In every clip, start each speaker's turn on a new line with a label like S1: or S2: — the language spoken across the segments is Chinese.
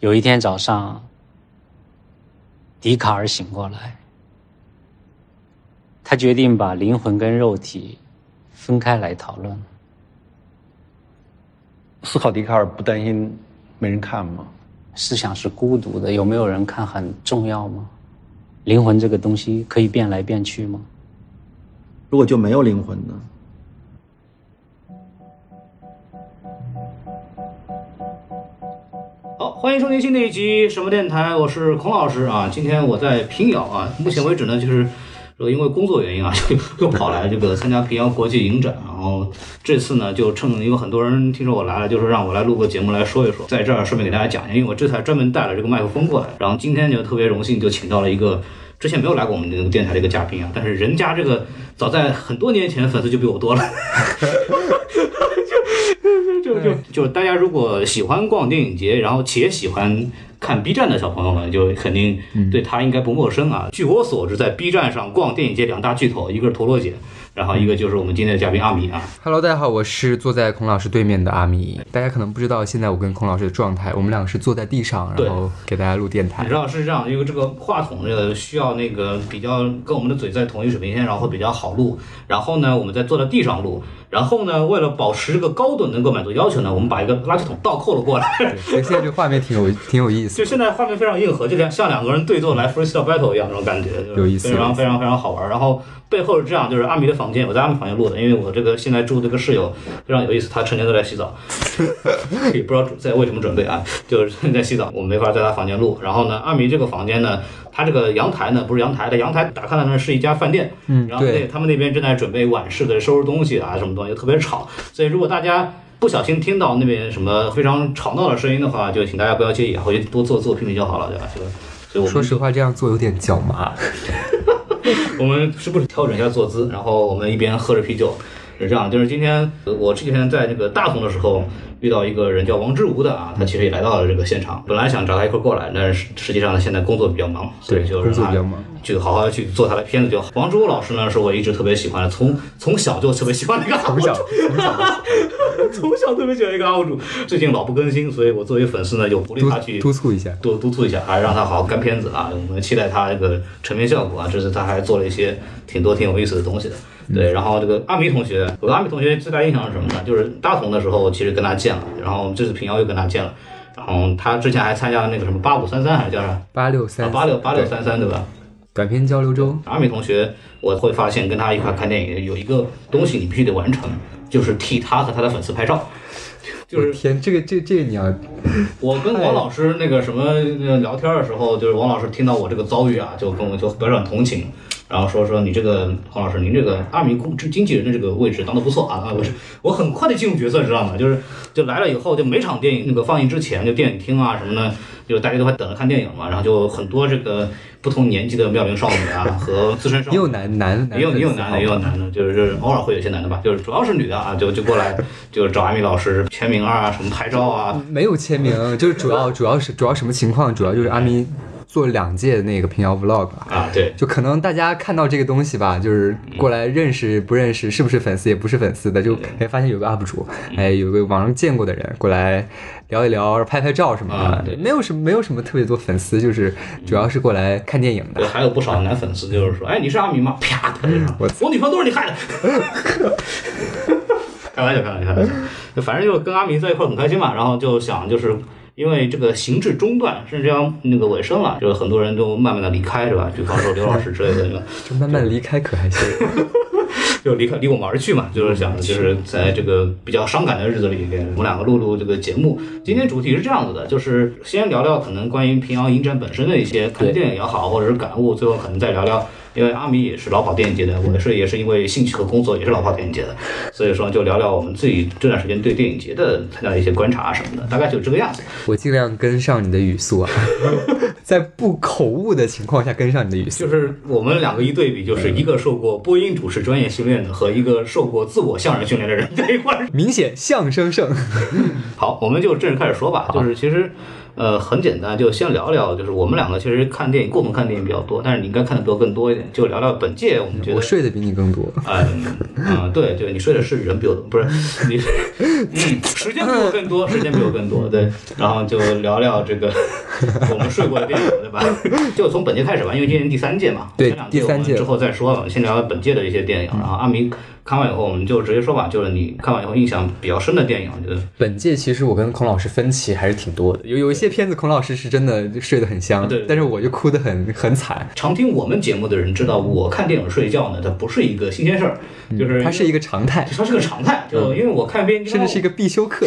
S1: 有一天早上，笛卡尔醒过来，他决定把灵魂跟肉体分开来讨论。
S2: 思考笛卡尔不担心没人看吗？
S1: 思想是孤独的，有没有人看很重要吗？灵魂这个东西可以变来变去吗？
S3: 如果就没有灵魂呢？
S4: 好，欢迎收听新的一集什么电台，我是孔老师啊。今天我在平遥啊，目前为止呢，就是这个因为工作原因啊， 就又跑来这个参加平遥国际影展。然后这次呢，就趁因为很多人听说我来了，就是让我来录个节目来说一说，在这儿顺便给大家讲一下，因为我这次还专门带了这个麦克风过来。然后今天就特别荣幸，就请到了一个之前没有来过我们这个电台的一个嘉宾啊，但是人家这个早在很多年前粉丝就比我多了。就就就是大家如果喜欢逛电影节，然后且喜欢看 B 站的小朋友们，就肯定对他应该不陌生啊。据我所知，在 B 站上逛电影节两大巨头，一个是陀螺姐，然后一个就是我们今天的嘉宾阿米啊。
S5: Hello，大家好，我是坐在孔老师对面的阿米。大家可能不知道现在我跟孔老师的状态，我们两个是坐在地上，
S4: 对
S5: 然后给大家录电台
S4: 你知。道是这样，因为这个话筒这个需要那个比较跟我们的嘴在同一水平线，然后会比较好录。然后呢，我们再坐在地上录。然后呢，为了保持这个高度能够满足要求呢，我们把一个垃圾桶倒扣了过来。
S5: 对所以现在这个画面挺有挺有意思
S4: 就
S5: 的。
S4: 现在画面非常硬核，就像像两个人对坐来 freestyle battle 一样那种感觉，就是
S5: 有意思
S4: 非常非常非常好玩。然后背后是这样，就是阿米的房间，我在阿米房间录的，因为我这个现在住这个室友非常有意思，他成天都在洗 澡，也不知道在为什么准备啊，就是 在洗澡，我没法在他房间录。然后呢，阿米这个房间呢，他这个阳台呢不是阳台的，阳台打开的呢是一家饭店，
S5: 嗯，
S4: 然后那
S5: 对，
S4: 他们那边正在准备晚市的收拾东西啊，什么东西特别吵，所以如果大家不小心听到那边什么非常吵闹的声音的话，就请大家不要介意啊，回去多做做评理就好了，对吧？这个，所以我们
S5: 说实话这样做有点脚麻。
S4: 我们时不时调整一下坐姿，然后我们一边喝着啤酒，是这样。就是今天呃我之前在这个大同的时候遇到一个人叫王之无的啊，他其实也来到了这个现场，本来想找他一块儿过来，但是实际上呢，现在工作比较忙，所以
S5: 对，
S4: 就
S5: 工
S4: 让
S5: 作
S4: 他
S5: 比较忙。
S4: 去好好去做他的片子就好。王之无老师呢，是我一直特别喜欢的， 从从小就特别喜欢那个
S5: 从小从小
S4: 从小特别喜欢一个 UP 主， 最近老不更新，所以我作为粉丝呢，就鼓励他去
S5: 督督促一下。
S4: 多督促一下，还让他好好干片子啊！我们期待他这个成片效果啊！这次他还做了一些挺多挺有意思的东西的。对，然后这个阿米同学，我跟阿米同学最大印象是什么呢？就是大同的时候其实跟他见了，然后这次平遥又跟他见了，然后他之前还参加那个什么八五三三还是叫啥？啊
S5: 八六三
S4: 八六八六三三对吧？
S5: 短片交流中，
S4: 阿米同学，我会发现跟他一块看电影有一个东西你必须得完成，就是替他和他的粉丝拍照。就是
S5: 我天，这个这这个你要
S4: 我跟
S5: 哎
S4: 王老师那个什么呃聊天的时候，就是王老师听到我这个遭遇啊，就跟我就表示很同情，然后说说你这个黄老师，您这个阿米公经纪人的这个位置当的不错啊，
S5: 嗯
S4: 那我是我很快的进入角色，知道吗？就是就来了以后，就每场电影那个放映之前，就电影厅啊什么的，就大家都还等着看电影嘛，然后就很多这个不同年纪的妙龄少女 啊和资深少
S5: 也
S4: 女
S5: 有。男男男
S4: 也有也有
S5: 粉丝
S4: 男
S5: 好
S4: 的，也有男的，就是就是偶尔会有些男的吧，就是主要是女的啊，就就过来就找阿米老师签名啊，什么拍照啊，
S5: 没有签名，就是主要主要是主要什么情况？主要就是阿咪做两届那个平遥 vlog 啊
S4: 啊，对，
S5: 就可能大家看到这个东西吧，就是过来认识不认识，是不是粉丝也不是粉丝
S4: 嗯
S5: 的，就哎发现有个 UP 主，哎有个网上见过的人过来聊一聊、拍拍照什么
S4: 啊
S5: 的
S4: 对，
S5: 没有什么没有什么特别多粉丝，就是主要是过来看电影
S4: 对，
S5: 的。
S4: 还有不少男粉丝就是说，哎，你是阿米吗？啪，打脸上
S5: 我
S4: 我女朋友都是你害 的。开玩笑，开玩笑，开玩笑，就反正就跟阿米在一块儿很开心嘛，然后就想就是。因为这个行至中段，甚至要那个尾声了，就是很多人都慢慢的离开，是吧？比方说刘老师之类的，对吧
S5: 就慢慢离开可还行，
S4: 就离开离我们而去嘛，就是想就是在这个比较伤感的日子里面，我们两个录录这个节目。今天主题是这样子的，就是先聊聊可能关于平遥影展本身的一些看电影也好，或者是感悟，最后可能再聊聊。因为阿米也是老跑电影节的，我是也是因为兴趣和工作也是老跑电影节的，所以说就聊聊我们自己这段时间对电影节的参加的一些观察什么的，大概就这个样子。
S5: 我尽量跟上你的语 速啊，在不口误的情况下跟上你的语速
S4: 就。是我们两个一对比，就是一个受过播音主持专业训练的和一个受过自我相声训练的人在一块儿
S5: 明显相声胜，
S4: 好，我们就正式开始说吧。就是其实呃，很简单，就先聊聊，就是我们两个其实看电影，共同看电影比较多，但是你应该看的比我更多一点，就聊聊本届我们觉得
S5: 我睡得比你更多。
S4: 嗯啊，对对，你睡的是人比我多，不是你，嗯，时间比我更多，时间比我更多， 对。然后就聊聊这个我们睡过的电影，对吧？ 就从本届开始吧，因为今年第三届嘛，
S5: 对
S4: 前两届
S5: 第三
S4: 我们
S5: 届
S4: 之后再说吧，先聊聊本届的一些电影。然后阿明看完以后，我们就直接说吧，就是你看完以后印象比较深的电影，就是
S5: 本届其实我跟孔老师分歧还是挺多的，有有一些片子孔老师是真的睡得很香，
S4: 啊对对对
S5: 但是我就哭得很很惨。
S4: 常听我们节目的人知道，我看电影睡觉呢，它不是一个新鲜事儿，就是
S5: 嗯它是一个常态，
S4: 它是个常态，就因为我看编剧，
S5: 甚至是一个必修 课。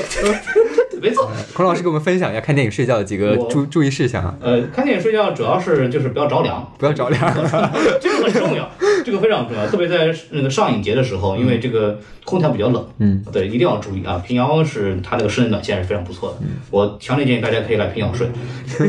S4: 没错。
S5: 孔老师给我们分享一下看电影睡觉的几个
S4: 我
S5: 注注意事项啊，
S4: 呃，看电影睡觉主要是就是不要着 凉，
S5: 不要着凉。
S4: 这个很重要，这个非常重要，特别在那个上影节的时
S5: 嗯
S4: 候，因为这个空调比较冷，嗯，对，一定要注意啊。平遥是它那个室内暖气还是非常不错的，
S5: 嗯
S4: 我强烈建议大家可以来平遥睡。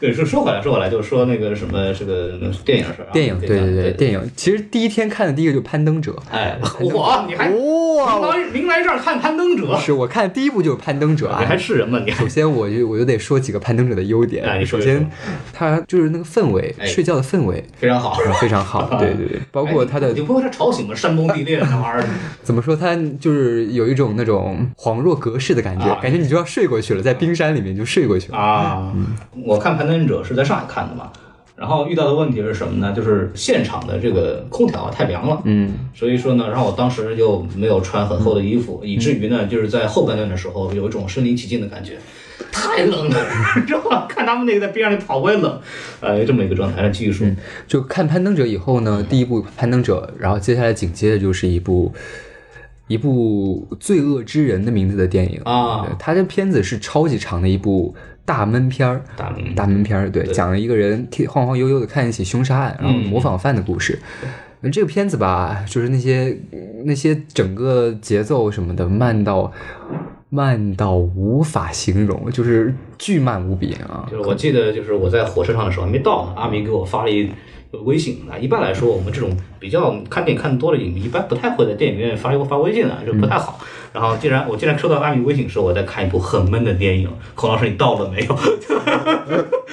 S4: 对，说说回来，说回来，就是说那个什么，这个 电影的事儿啊，
S5: 电影，对
S4: 对
S5: 对对，
S4: 对，
S5: 电影。其实第一天看的第一个就是《攀登者》，
S4: 哎，我你还明
S5: 哇，
S4: 来明来这儿看《攀登者》，
S5: 是我看的第一部就是《攀登者》
S4: 你
S5: 啊
S4: 还。是人吗？你还
S5: 首先，我就我就得说几个《攀登者》的优
S4: 哎
S5: 点。
S4: 你说
S5: 首
S4: 一
S5: 先
S4: 说，
S5: 它就是那个氛围，
S4: 哎
S5: 睡觉的氛围
S4: 非常好。
S5: 非常好。对对对，包括它
S4: 哎
S5: 的
S4: 你你不会他吵醒吗？山崩地裂那玩 意儿，
S5: 怎么说，它就是有一种那种恍若隔世的感觉
S4: 啊，
S5: 感觉你就要睡过去了，在冰山里面就睡过去了。
S4: 啊，我看《攀登者》是在上海看的嘛，然后遇到的问题是什么呢？就是现场的这个空调啊太凉了，嗯，所以说呢，然后我当时又没有穿很厚的衣服，以至于呢，就是在后半段的时候有一种身临其境的感觉。太冷了， 知道吧？看他们那个在边上那跑，我也冷，呃，这么一个状态。继续说，
S5: 就看《攀登者》以后呢，第一部《攀登者》，然后接下来紧接着就是一部一部《罪恶之人》的名字的电影
S4: 啊
S5: 对它这片子是超级长的一部大闷片儿，
S4: 大明，
S5: 大闷片儿，对，讲了一个人替晃晃悠悠的看一起凶杀案，然后
S4: 嗯
S5: 模仿犯的故事。那这个片子吧，就是那些那些整个节奏什么的慢到慢到无法形容，就是巨慢无比啊！
S4: 就是我记得，就是我在火车上的时候还没到呢，阿明给我发了一微信啊。一般来说，我们这种比较看电影看多的影迷，一般不太会在电影院发发微信的，就不太
S5: 嗯
S4: 好。然后，既然我既然收到阿明微信说我在看一部很闷的电影，孔老师你到了没有？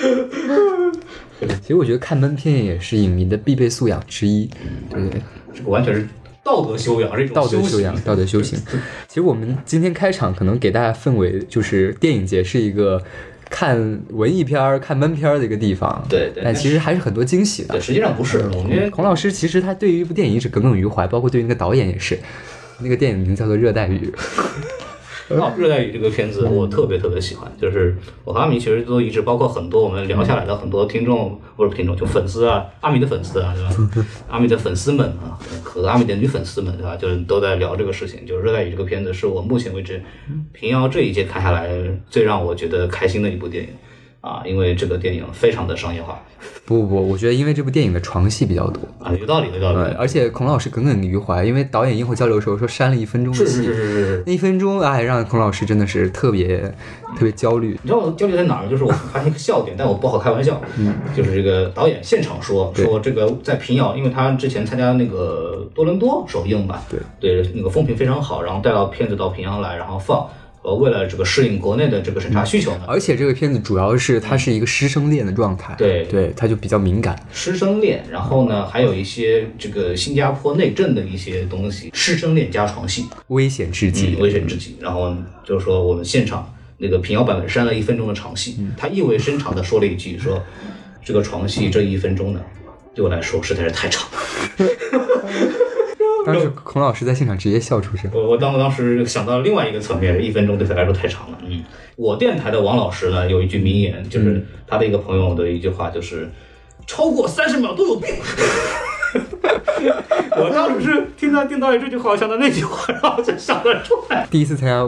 S5: 其实我觉得看闷片也是影迷的必备素养之一，对不对？
S4: 这个完全是道德修养，是一种
S5: 道德
S4: 修
S5: 修养，道德修 行。其实我们今天开场可能给大家氛围就是电影节是一个看文艺片儿、看闷片儿的一个地方，
S4: 对对
S5: 但其实还是很多惊喜的
S4: 对，。实际上不是，我们
S5: 孔老师其实他对于一部电影一直耿耿于怀，包括对于那个导演也是。那个电影名叫做《热带雨》，
S4: 哦，《热带雨》这个片子我特别特别喜欢，就是我和阿明其实都一直，包括很多我们聊下来的很多听众，不是听众，就粉丝啊，阿明的粉丝啊，对吧？阿明的粉丝们啊，和阿明的女粉丝们，对吧？就是都在聊这个事情。就是《热带雨》这个片子是我目前为止平遥这一届看下来最让我觉得开心的一部电影啊，因为这个电影非常的商业化
S5: 不不不，我觉得因为这部电影的床戏比较多，
S4: 啊，有道理，有道
S5: 呃，
S4: 理，
S5: 而且孔老师耿耿于怀，因为导演映后交流的时候说删了一分钟的
S4: 是是
S5: 戏
S4: 是，是是。
S5: 那一分钟，哎，让孔老师真的是特别特别焦虑。
S4: 你知道我焦虑在哪儿？就是我发现一个笑点，但我不好开玩笑。嗯，就是这个导演现场说说这个在平遥，因为他之前参加那个多伦多首映吧，
S5: 对
S4: 对，那个风评非常好，然后带到片子到平遥来，然后放。呃，为了这个适应国内的这个审查需求呢，
S5: 而且这个片子主要是它是一个师生恋的状态，
S4: 对
S5: 对，它就比较敏感。
S4: 师生恋，然后呢，还有一些这个新加坡内政的一些东西，师生恋加床戏，
S5: 危险至极。
S4: 嗯，危险至极。然后就说我们现场那个平遥版本删了一分钟的床戏，他意味深长的说了一句说，这个床戏这一分钟呢，对我来说实在是太长。
S5: 当时孔老师在现场直接笑出 声。
S4: 我我当我当时想到另外一个层面，一分钟对他来说太长了。嗯，我电台的王老师呢有一句名言，就是他的一个朋友的一句话，就是超过三十秒都有病。我当时是听到听到这句话，我想到那句话，然后就想得出来，
S5: 第一次参加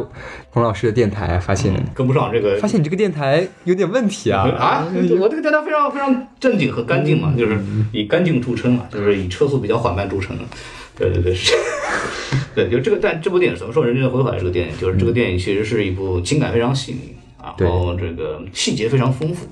S5: 孔老师的电台，发现、
S4: 跟不上这个
S5: 发现你这个电台有点问题 啊。
S4: 啊， 我这个电台非常非常正经和干净嘛，就是以干净著称嘛，就是以车速比较缓慢著称的。对对对，是， 对，就这个，但这部电影怎么说？人家回回来这个电影，就是这个电影其实是一部情感非常细腻，然后这个细节非常丰富，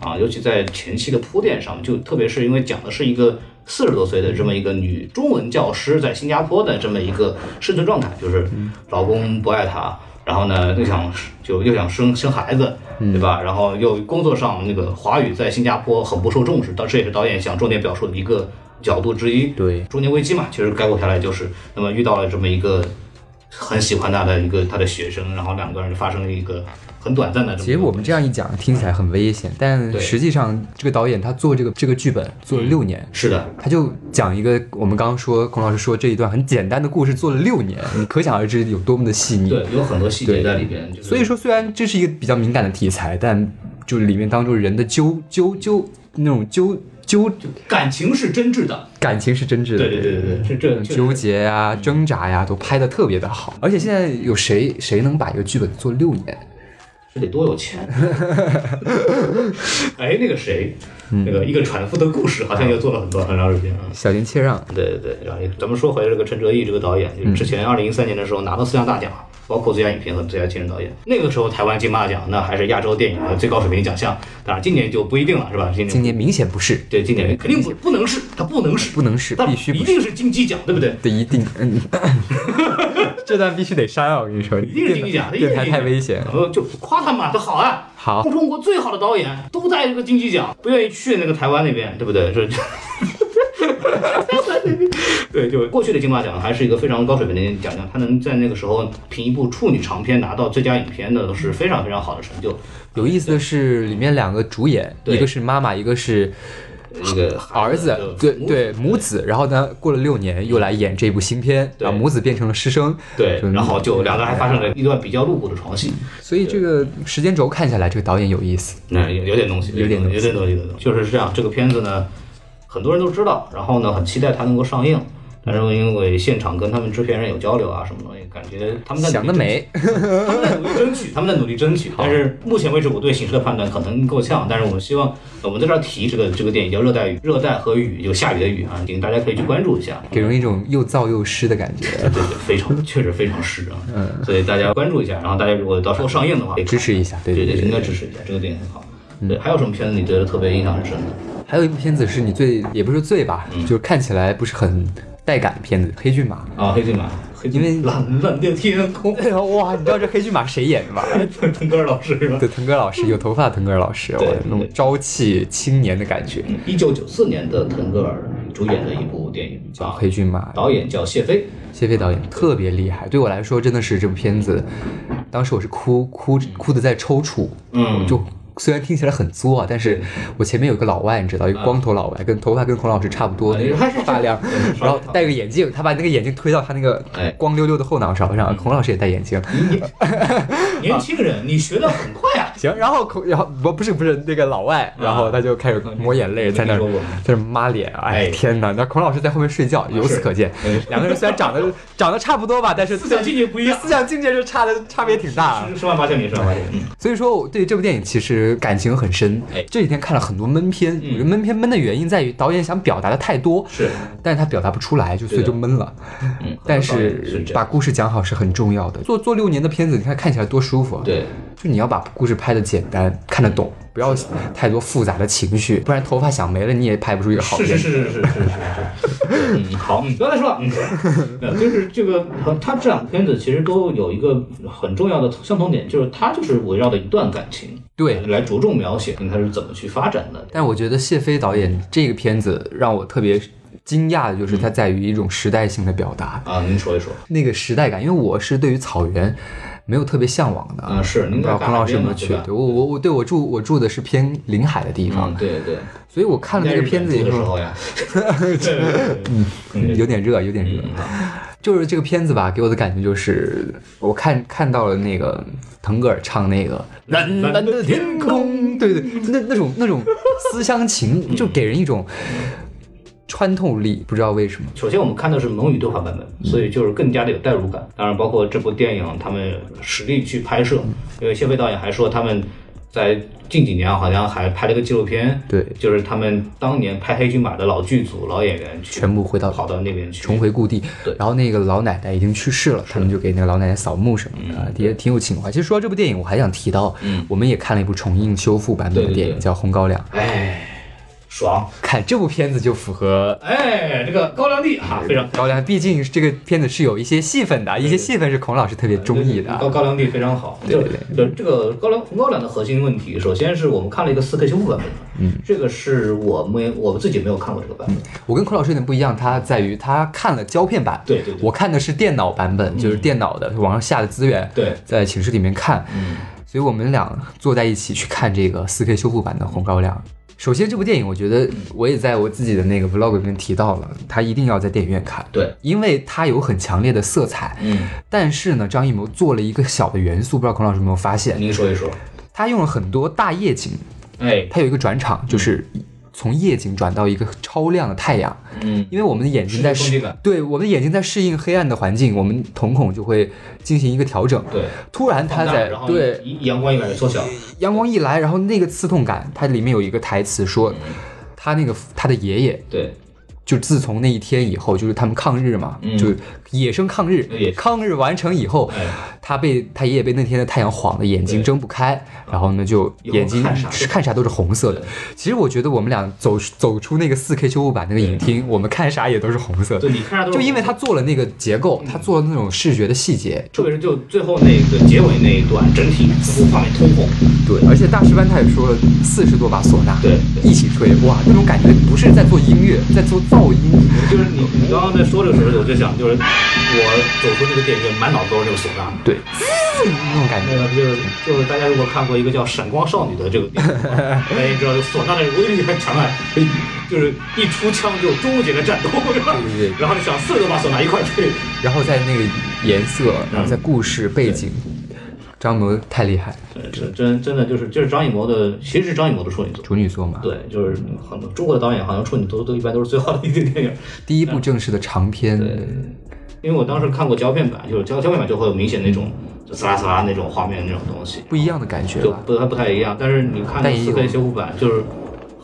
S4: 啊，尤其在前期的铺垫上，就特别是因为讲的是一个四十多岁的这么一个女中文教师在新加坡的这么一个生存状态，就是老公不爱她。然后呢又想就又想生生孩子，对吧？然后又工作上那个华语在新加坡很不受重视，但这也是导演想重点表述的一个角度之一。
S5: 对
S4: 中年危机嘛，其实概括下来就是，那么遇到了这么一个很喜欢他的一个他的学生，然后两个人发生了一个很短暂的这么一个。
S5: 其实我们这样一讲，听起来很危险，但
S4: 对嗯
S5: 实际上这个导演他做这个这个剧本做了六年，
S4: 是的，
S5: 他就讲一个我们刚刚说孔老师说这一段很简单的故事做了六年，你可想而知有多么的细腻。
S4: 嗯对，有很多细节在里边。就是
S5: 嗯所以说，虽然这是一个比较敏感的题材，但就里面当中人的纠纠纠那种纠纠
S4: 感情是真挚的，
S5: 感情是真挚的，
S4: 对对对对对是这确实嗯
S5: 纠结呀、挣扎呀、都拍的特别的好。而且现在有谁谁能把一个剧本做六年？
S4: 这得多有钱！ 哎，那个谁，
S5: 嗯
S4: 那个一个船夫的故事，好像也做了很多很长时间啊。
S5: 小林切让，
S4: 对对对，然后咱们说回这个陈哲艺这个导演，
S5: 嗯
S4: 就是之前二零一三年的时候拿到四项大奖，包括最佳影片和最佳新人导演。那个时候台湾金马奖那还是亚洲电影的最高水平奖项，当然今年就不一定了，是吧？今年
S5: 今年明显不是，
S4: 对今年肯定不不能是，他不能是，
S5: 不能是
S4: 但
S5: 必须不
S4: 一
S5: 是
S4: 定是金鸡奖，对不对？
S5: 对，一定， 嗯， 这段必须得删啊！我跟你说，
S4: 一定是金鸡奖，一定
S5: 电
S4: 是
S5: 台
S4: 金鸡奖
S5: 太危险
S4: 然
S5: 了。
S4: 后就夸他嘛，他好啊，
S5: 好
S4: 中国最好的导演都在这个金鸡奖，不愿意去那个台湾那边，对不对？ 这。对，就过去的金马奖还是一个非常高水平的奖项，他能在那个时候凭一部处女长片拿到最佳影片的，是非常非常好的成就。
S5: 有意思的是，里面两个主演，
S4: 对
S5: 一个是妈妈，一个是
S4: 那个呃
S5: 儿子，对对，母子。然后呢，过了六年又来演这部新片，
S4: 对
S5: 然后母子变成了师生，
S4: 对
S5: 就，
S4: 然后就两个人还发生了一段比较露骨的床戏，
S5: 所以这个时间轴看下来，这个导演有意思。
S4: 那有有点东西，
S5: 有点东西
S4: 有点东西的，就是这样。这个片子呢，很多人都知道，然后呢，很期待它能够上映。但是因为现场跟他们制片人有交流啊，什么东西，感觉他们在
S5: 想
S4: 努
S5: 得
S4: 力
S5: 美！
S4: 争取，他们在努力争 取，他们在努力争取。但是目前为止，我对形势的判断可能够呛。但是我们希望，我们在这儿提这个这个电影叫《热带雨》，热带和雨就下雨的雨啊，请大家可以去关注一下。
S5: 给人一种又燥又湿的感觉，
S4: 对对对，非常确实非常实啊，所以大家关注一下。然后大家如果到时候上映的话，可以
S5: 支持一嗯下。对
S4: 对
S5: 对
S4: 对，应该
S5: 对。嗯
S4: 支持一下，这个电影很好。对，还有什么片子你觉得特别印象很深的？
S5: 还有一部片子是你最也不是最吧，
S4: 嗯
S5: 就是看起来不是很带感的片子，《黑骏马》。
S4: 啊，黑骏马，黑骏
S5: 因为
S4: 蓝蓝的天空，
S5: 哎哇，你知道这黑骏马谁演的吗？
S4: 腾格尔老师是吧
S5: 对，？腾格尔老师，有头发的腾格尔老师，
S4: 对嗯
S5: 我那种朝气青年的感觉。
S4: 一九九四年的腾格尔主演的一部电影叫
S5: 黑骏马，啊
S4: 导演叫谢飞。
S5: 谢飞导演特别厉害，对我来说真的是这部片子，当时我是哭哭哭的在抽搐，
S4: 嗯
S5: 就。虽然听起来很作啊，但是我前面有个老外，你知道，一个光头老外，跟头发跟孔老师差不多，
S4: 哎
S5: 那个 发量
S4: 是是，是
S5: 然后戴个眼镜，他把那个眼镜推到他那个
S4: 哎嗯
S5: 光溜溜的后脑勺上，孔老师也戴眼镜，
S4: 年轻人，你学的很快啊！
S5: 行，然后口，然后不不是不是那个老外，然后他就开始抹眼 泪，
S4: 你
S5: 在那儿
S4: 啊你说过
S5: 在那儿抹脸，哎
S4: 哎
S5: 天哪！那孔老师在后面睡觉，由此可见
S4: 哎，
S5: 两个人虽然长得长得差不多吧，但是
S4: 思想境界不一样
S5: 思想境界是差的差别挺大。
S4: 十万八千里，十万八千里。
S5: 所以说，我对这部电影其实感情很深
S4: 哎。嗯
S5: 这几天看了很多闷片，我觉得闷片闷的原因在于导演想表达的太多，
S4: 是，
S5: 但是他表达不出来，就所以
S4: 对的
S5: 就闷了。
S4: 嗯，
S5: 但
S4: 是
S5: 是
S4: 这
S5: 把
S4: 样。
S5: 故事讲好是很重要的。做做六年的片子，你看看起来多舒服。啊
S4: 对，
S5: 就你要把故事拍的简单，看得懂，不要太多复杂的情绪，不然头发想没了你也拍不出一个好
S4: 是
S5: 片。
S4: 是是是是是是是。嗯，好，嗯，不要再说了。嗯，呃就是这个，他这两个片子其实都有一个很重要的相同点，就是它就是围绕的一段感情，呃
S5: 对
S4: 来着重描写它是怎么去发展的。
S5: 但我觉得谢飞导演这个片子让我特别惊讶的就是它在于一种时代性的表达，
S4: 啊，您说一说。
S5: 那个时代感，因为我是对于草原没有特别向往的。
S4: 啊是您
S5: 不知
S4: 在
S5: 道
S4: 大
S5: 孔老师有
S4: 海边
S5: 没
S4: 嘛
S5: 有去
S4: 对吧？
S5: 对我我我对我住我住的是偏临海的地方，
S4: 嗯，对对。
S5: 所以我看了那个片子
S4: 在日
S5: 以
S4: 本住的时
S5: 后，
S4: 候呀， 对对对对
S5: 嗯有点热，有点热。
S4: 嗯
S5: 就是这个片子吧，给我的感觉就是，我看看到了那个腾格尔唱那个蓝蓝的天空，对对，那那种那种思乡情，就给人一种穿透力，不知道为什么。
S4: 首先我们看的是蒙语对话版本，
S5: 嗯
S4: 所以就是更加的有代入感。当然，包括这部电影他们实力去拍摄，
S5: 嗯
S4: 因为谢飞导演还说他们在近几年好像还拍了个纪录片，
S5: 对
S4: 就是他们当年拍《黑骏马》的老剧组、老演员去
S5: 全部回到
S4: 跑到那边去，
S5: 重回故地。然后那个老奶奶已经去世了，他们就给那个老奶奶扫墓什么
S4: 嗯
S5: 的，也挺有情怀。其实说到这部电影，我还想提到，我们也看了一部重映修复版本的
S4: 对对
S5: 电影，
S4: 对
S5: 叫《红高粱》。
S4: 哎，爽。
S5: 看这部片子就符合
S4: 哎，这个高粱地啊，非常
S5: 高粱，毕竟这个片子是有一些戏份的，一些戏份是孔老师特别中意的
S4: 高
S5: 啊。
S4: 高粱地非常好。
S5: 对
S4: 就就这个高粱红高粱的核心问题，首先是我们看了一个四 K 修复版本，嗯，这个是我们我们自己没有看过这个版本，
S5: 我跟孔老师有点不一样，他在于他看了胶片版，
S4: 对对对
S5: 我看的是电脑版本，就是电脑的网上下的资源，
S4: 对嗯
S5: 在寝室里面看，所以我们俩坐在一起去看这个4 K 修复版的《红高粱》。首先，这部电影我觉得我也在我自己的那个 vlog 里面提到了，它一定要在电影院看，
S4: 对，
S5: 因为它有很强烈的色彩。
S4: 嗯，
S5: 但是呢，张艺谋做了一个小的元素，不知道孔老师有没有发现，
S4: 您说一说，
S5: 他用了很多大夜景，
S4: 哎，
S5: 它有一个转场，就是从夜景转到一个超亮的太阳，
S4: 嗯，
S5: 因为我们的眼睛在
S4: 视觉冲击
S5: 适
S4: 感，
S5: 对我们的眼睛在适应黑暗的环境，我们瞳孔就会进行一个调整。
S4: 对，
S5: 突然它
S4: 放大
S5: 在
S4: 然后
S5: 对
S4: 一阳光一感觉缩小，
S5: 阳光一来，然后那个刺痛感，它里面有一个台词说，
S4: 嗯
S5: 他那个他的爷爷
S4: 对，
S5: 就自从那一天以后，就是他们抗日嘛，
S4: 嗯
S5: 就野生抗日
S4: 对，
S5: 抗日完成以后，
S4: 哎
S5: 他被他爷爷被那天的太阳晃的眼睛
S4: 对
S5: 睁不开，然后呢就
S4: 以后
S5: 眼睛
S4: 看啥都
S5: 是看啥都是红色的。其实我觉得我们俩走走出那个四 K 修复版那个影厅，我们看啥也都是红色的
S4: 对，，你看着都是
S5: 就因为他做了那个结构，
S4: 嗯
S5: 他做了那种视觉的细节，
S4: 特别是就最后那个结尾那一段，整体似乎画面通红，
S5: 对，而且大师班他也说了，四十多把唢呐
S4: 对对
S5: 一起吹，哇，那种感觉不是在做音乐，在做噪音。
S4: 就是你你刚刚在说这个时候，我就想，就是我走出这个电影院，满脑子都是这个唢 呐。
S5: 对，那种感
S4: 那
S5: 觉。
S4: 个就是就是大家如果看过一个叫《闪光少女》的这个 电影，大家也知道这个唢呐的威力很强啊，就是一出枪就终结了战斗，是吧
S5: 对对对
S4: 然后你想四个都把唢呐一块吹，
S5: 然后在那个颜色，然后在故事背景，张艺谋太厉害，
S4: 真真真的就是就是张艺谋的，其实是张艺谋的处女作。
S5: 处女座嘛。
S4: 对，就是很多中国的导演好像处女作都一般都是最好的一个电影，
S5: 第一部正式的长篇，
S4: 因为我当时看过胶片版，就是胶胶片版就会有明显那种呲啦呲啦那种画面那种东西，
S5: 不一样的感觉
S4: 就
S5: 吧。
S4: 不太不太一样。但是你看
S5: 但也
S4: 四
S5: 有
S4: K 修复版，就是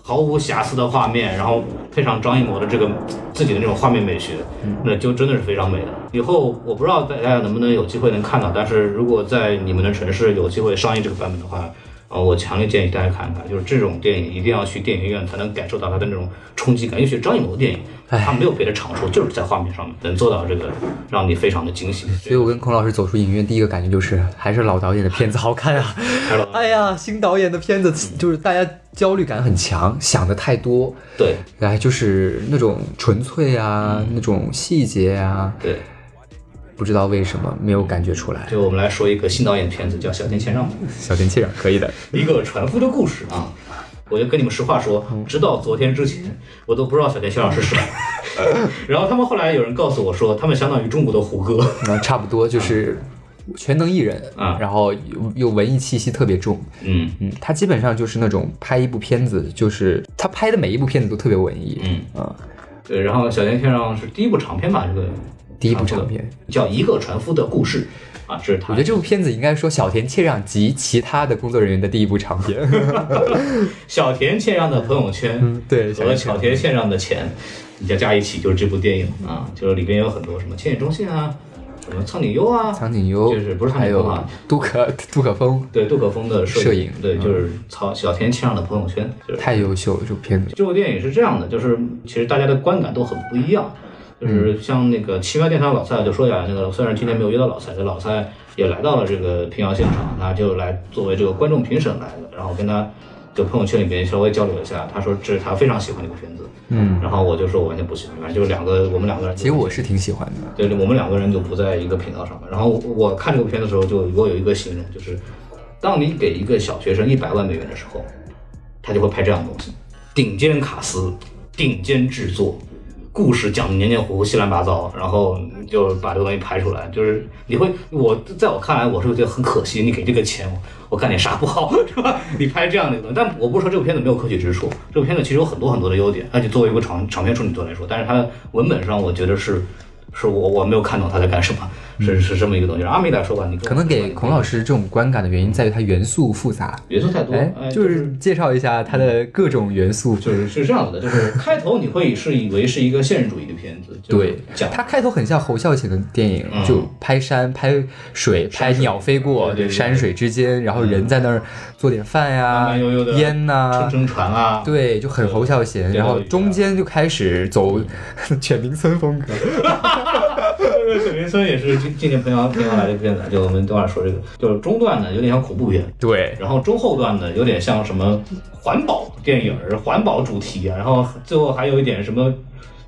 S4: 毫无瑕疵的画面，然后配上张艺谋的这个自己的那种画面美学，
S5: 嗯
S4: 那就真的是非常美的。以后我不知道大家能不能有机会能看到，但是如果在你们的城市有机会上映这个版本的话。啊、我强烈建议大家看看，就是这种电影一定要去电影院才能感受到它的那种冲击感。尤其是张艺谋的电影，他没有别的长处，就是在画面上面能做到这个让你非常的惊喜。
S5: 所以我跟孔老师走出影院，第一个感觉就是还是老导演的片子好看啊！哎呀，新导演的片子就是大家焦虑感很强，想的太多，
S4: 对
S5: 哎，就是那种纯粹啊，那种细节啊，
S4: 对，
S5: 不知道为什么没有感觉出来。
S4: 就我们来说一个新导演片子，叫《小田谦让》。
S5: 小田切让可以的，
S4: 一个船夫的故事啊。我就跟你们实话说，直到昨天之前，我都不知道小田切让是谁。然后他们后来有人告诉我说，他们相当于中国的胡歌。
S5: 那嗯差不多就是全能艺人，
S4: 啊
S5: 然后又又文艺气息特别重，
S4: 嗯
S5: 嗯，他基本上就是那种拍一部片子，就是他拍的每一部片子都特别文艺，
S4: 嗯，
S5: 啊，
S4: 对。然后小田切让是第一部长片吧，这个
S5: 第一部长片，
S4: 叫《一个船夫的故事》啊，这是
S5: 我
S4: 他
S5: 觉得。这部片子应该说小田切让及其他的工作人员的第一部长片，
S4: 小田切让的朋友圈，
S5: 嗯对小
S4: 和
S5: 田切
S4: 小田切让的钱，你加加一起就是这部电影啊，就是里边有很多什么千野忠信啊，什么苍井优啊，
S5: 苍井优，
S4: 就是不是苍
S5: 还
S4: 井优
S5: 有
S4: 啊，
S5: 杜可 杜可风，
S4: 对杜可风的摄
S5: 摄影嗯
S4: 对，就是曹小田切让的朋友圈，就是
S5: 太优秀了，这部片子，
S4: 这部电影是这样的，就是其实大家的观感都很不一样。
S5: 嗯
S4: 就是像那个奇妙电台老蔡就说呀，那个虽然今天没有约到老蔡，但老蔡也来到了这个平遥现场，他就来作为这个观众评审来的。然后我跟他就朋友圈里面稍微交流一下，他说这是他非常喜欢的一部片子，嗯，然后我就说我完全不喜欢，反正就是两个我们两个人就，
S5: 其实我是挺喜欢的。
S4: 对，我们两个人就不在一个频道上了。然后我我看这个片的时候，就我有一个形容，就是当你给一个小学生一百万美元的时候，他就会拍这样的东西：顶尖卡司、顶尖制作，故事讲的黏黏糊糊、稀烂八糟，然后就把这个东西拍出来。就是你会，我在我看来，我是觉得很可惜，你给这个钱，我我干点啥不好， 是吧？你拍这样的一个东西，但我不是说这部片子没有可取之处，这部片子其实有很多很多的优点，而且作为一个长长篇处女作来说，但是它的文本上，我觉得是。是我我没有看懂他在干什么。是是这么一个东西。让阿美来说吧，你
S5: 嗯可能给孔老
S4: 师
S5: 师这种观感的原因在于它元素复杂。
S4: 元素太多，哎，
S5: 就。是介绍一下它的各种元素，
S4: 就是是这样子的，就是开头你会是以为是一个现实主义的片子，就是
S5: 对，
S4: 讲
S5: 它开头很像侯孝贤的电影，
S4: 嗯
S5: 就拍山、拍水、拍鸟飞过，
S4: 对对对嗯
S5: 山水之间，然后人在那儿做点饭呀、
S4: 慢慢悠悠地
S5: 烟呐、
S4: 乘乘船啊，
S5: 对，就很侯孝贤。
S4: 对
S5: 然后
S4: 对对
S5: 中间就开始 走全民村风格，
S4: 对，林村也是今今年平遥平遥来的片子，就我们等会儿说这个，就是中段呢有点像恐怖片，
S5: 对，
S4: 然后中后段呢有点像什么环保电影儿、环保主题啊，然后最后还有一点什么。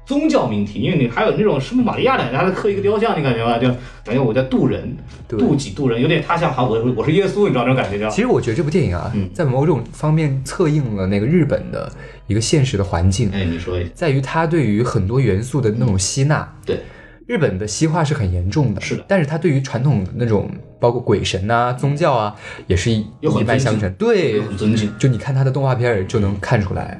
S4: 宗教命题，因为你还有那种圣母玛利亚的，然后刻一个雕像，你感觉吧，就感觉我在渡人，
S5: 对
S4: 渡己渡人，有点他像哈我我是耶稣，你知道这种感觉吗？
S5: 其实我觉得这部电影啊，
S4: 嗯
S5: 在某种方面策应了那个日本的一个现实的环境，
S4: 哎，你说一下，
S5: 在于它对于很多元素的那种吸纳。
S4: 对，
S5: 日本的西化是很严重的，
S4: 是的
S5: 但是它对于传统的那种包括鬼神啊、宗教啊，也是一
S4: 有很
S5: 一脉
S4: 尊
S5: 相
S4: 敬
S5: 承。对
S4: 有，很尊敬，
S5: 就你看他的动画片儿就能看出来。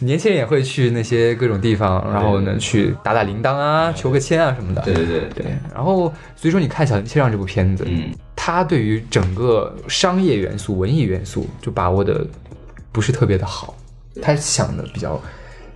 S5: 年轻人也会去那些各种地方，然后呢去打打铃铛啊、求个签啊什么的。
S4: 对对对对，
S5: 对，然后所以说你看《小林切让》这部片子，
S4: 嗯，
S5: 他对于整个商业元素、文艺元素就把握的不是特别的好，他想的比较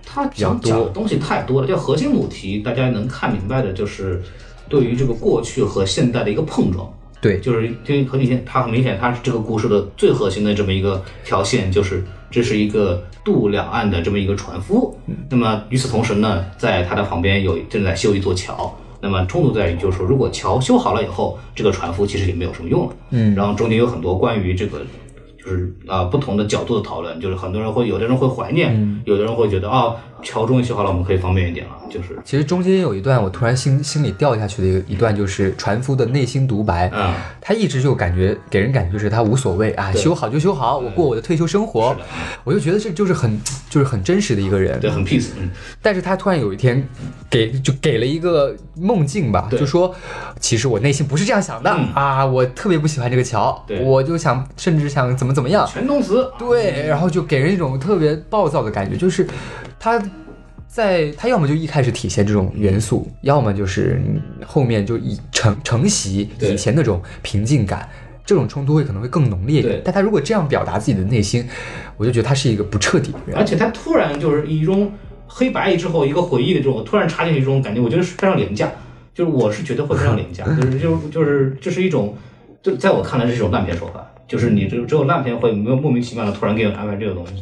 S4: 他
S5: 较
S4: 想讲
S5: 多
S4: 的东西太多了，就核心母题，大家能看明白的就是对于这个过去和现代的一个碰撞。
S5: 对，
S4: 就是因为很明显，它很明显，它是这个故事的最核心的这么一个条线，就是这是一个渡两岸的这么一个船夫。那么与此同时呢，在他的旁边有正在修一座桥。那么冲突在于，就是说，如果桥修好了以后，这个船夫其实也没有什么用了。嗯，然后中间有很多关于这个。就是啊、不同的角度的讨论，就是很多人会，有的人会怀念，有的人会觉得啊，桥终于修好了，我们可以方便一点了。就是，
S5: 其实中间有一段我突然心心里掉下去的一个一段，就是船夫的内心独白。
S4: 嗯，
S5: 他一直就感觉给人感觉就是他无所谓啊，
S4: 对
S5: 修好就修好，我过我的退休生活。我就觉得这就是很就是很真实的一个人。
S4: 对，很 peace，嗯，
S5: 但是他突然有一天给就给了一个梦境吧，
S4: 对
S5: 就说其实我内心不是这样想的、
S4: 嗯
S5: 啊，我特别不喜欢这个桥
S4: 对，
S5: 我就想甚至想怎么怎么样。
S4: 全动词，
S5: 对，然后就给人一种特别暴躁的感觉，就是他在他要么就一开始体现这种元素，要么就是后面就以承承袭
S4: 对
S5: 以前那种平静感。这种冲突会可能会更浓烈一点
S4: 对，
S5: 但他如果这样表达自己的内心，我就觉得他是一个不彻底的人。
S4: 而且他突然就是以一种黑白之后一个回忆的这种突然插进去这种感觉，我觉得是非常廉价。就是我是觉得会非常廉价，就是就是就是这是一种，就在我看来这是一种烂片手法，就是你只有只有烂片会没有莫名其妙的突然给你安排这个东西。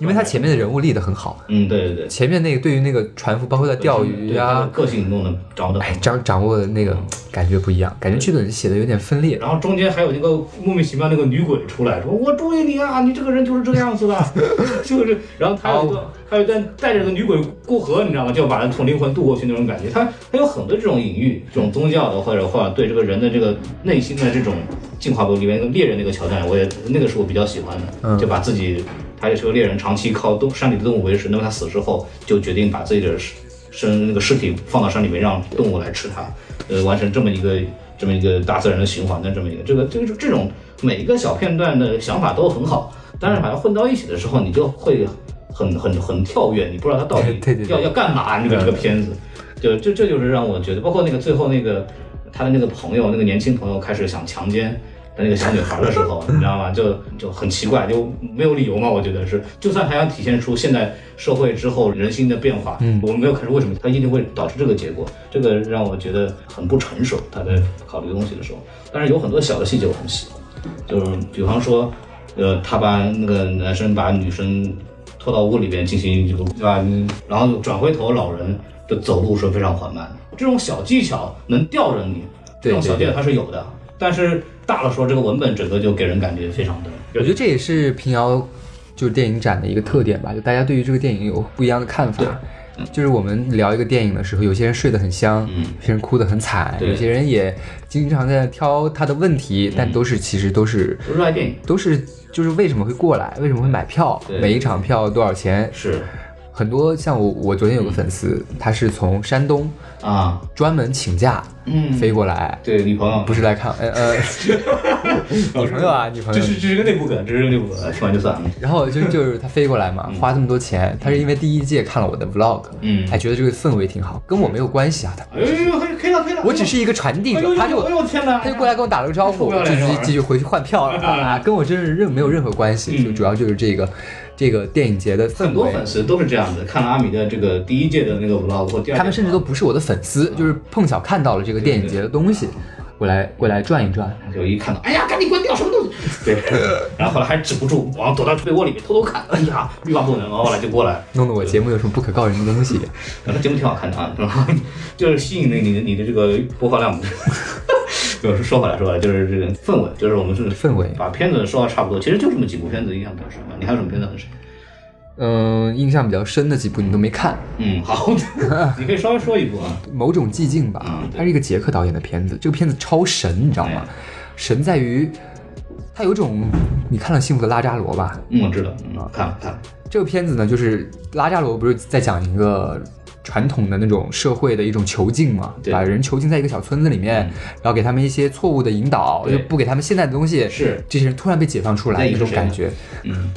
S5: 因为他前面的人物立得很好，
S4: 嗯，对对对，
S5: 前面那个对于那个船夫，包括在钓鱼
S4: 对他的
S5: 啊，
S4: 个性弄得着的
S5: 哎，掌掌握的那
S4: 嗯
S5: 个感觉不一样，感觉剧本写的有点分裂。
S4: 然后中间还有那个莫名其妙那个女鬼出来说：“我注意你啊，你这个人就是这个样子的， 就是。”然后他有一个，还有一段带着那个女鬼过河，你知道吗？就把人从灵魂渡过去那种感觉。他他有很多这种隐喻，这种宗教的或者或者对这个人的这个内心的这种进化部里面那个猎人那个桥段，我也那个是我比较喜欢的，就把自己他也是个猎人，长期靠动山里的动物为食，那么他死之后就决定把自己的尸身那个尸体放到山里面，让动物来吃它，呃，完成这么一个这么一个大自然的循环的这么一个这个这个这种每一个小片段的想法都很好，但是把它混到一起的时候，你就会很很很跳跃，你不知道它到底
S5: 对对对
S4: 要要干嘛，这个这个片子，就这这就是让我觉得，包括那个最后那个他的那个朋友，那个年轻朋友开始想强奸。那个小女孩的时候，你知道吗？就就很奇怪，就没有理由嘛。我觉得是，就算他想体现出现在社会之后人心的变化，嗯，我们没有看出为什么他一定会导致这个结果，这个让我觉得很不成熟。他在考虑东西的时候，但是有很多小的细节我很喜欢，就是比方说，呃，他把那个男生把女生拖到屋里边进行这个，对吧？嗯然后转回头，老人的走路是非常缓慢的，这种小技巧能吊着你，这
S5: 对
S4: 种小技
S5: 对
S4: 巧它是有的，但是大了说，这个文本整个就给人感觉非常的，
S5: 我觉得这也是平遥就是电影展的一个特点吧，就大家对于这个电影有不一样的看法。就是我们聊一个电影的时候，有些人睡得很香，
S4: 嗯
S5: 有些人哭得很惨，
S4: 对嗯
S5: 有些人也经常在挑他的问题，但都是其实都是
S4: 热爱电影
S5: 都是就是为什么会过来，为什么会买票
S4: 对，
S5: 每一场票多少钱，
S4: 是嗯
S5: 很多像我，我昨天有个粉丝，他是从山东
S4: 啊，
S5: 专门请假，
S4: 嗯
S5: 飞过来，
S4: 对女朋友
S5: 不是来看，呃 呃，
S4: 女
S5: 朋友啊女朋友
S4: 这是这是个内部梗，这是个内部梗，听完就算了。
S5: 然后就就是他飞过来嘛，花这么多钱，他是因为第一届看了我的 vlog，
S4: 嗯
S5: 还觉得这个氛围挺好，跟我没有关系啊，他
S4: 哎呦呦呦，可以可以了可以了。
S5: 我只是一个传递
S4: 哎呦
S5: 者，
S4: 呦
S5: 他就
S4: 哎呦我哎的天哪
S5: 他就过来跟我打了个招
S4: 受
S5: 呼，
S4: 不了
S5: 就
S4: 这
S5: 直
S4: 玩意
S5: 接
S4: 儿
S5: 继续回去换票
S4: 嗯
S5: 了啊，跟我真是任没有任何关系，就主要就是这个这个电影节的氛
S4: 很多
S5: 围。
S4: 粉丝都是这样子，看了阿米的这个第一届的那个 vlog 或第二届的 vlog，
S5: 他们甚至都不是我的粉
S4: 嗯
S5: 丝，就是碰巧看到了这个电影节的东西，过来过来转一转。
S4: 就一看到，哎呀，赶紧关掉什么东西。 对，然后后来还止不住，然后躲到被窝里面偷偷看，哎呀，欲罢不能。然后后来就过来，
S5: 弄得我节目有什么不可告人的东西？
S4: 然后节目挺好看的啊，然后 就是吸引了你的你的这个播放量。 就是说回来，说回来，就是这个氛围，就是我们是
S5: 氛围
S4: 把片子说的差不多，其实就这么几部片子印象比较深吧。你还有什么片子很深？
S5: 嗯，印象比较深的几部你都没看，
S4: 嗯，好， 你可以稍微说一部啊。
S5: 某种寂静吧
S4: 嗯，对哎
S5: 它是一个捷克导演的片子，这个片子超神，你知道吗？神在于它有种你看了《幸福的拉扎罗》吧？
S4: 嗯，我知道，嗯，看了看了，
S5: 这个片子呢，就是拉扎罗不是在讲一个传统的那种社会的一种囚禁嘛，
S4: 对嗯
S5: 把人囚禁在一个小村子里面，然后给他们一些错误的引导，
S4: 对
S5: 就不给他们现在的东西，
S4: 是
S5: 这些人突然被解放出
S4: 那
S5: 来
S4: 你是
S5: 那种
S4: 谁
S5: 感
S4: 呢
S5: 觉。
S4: 嗯，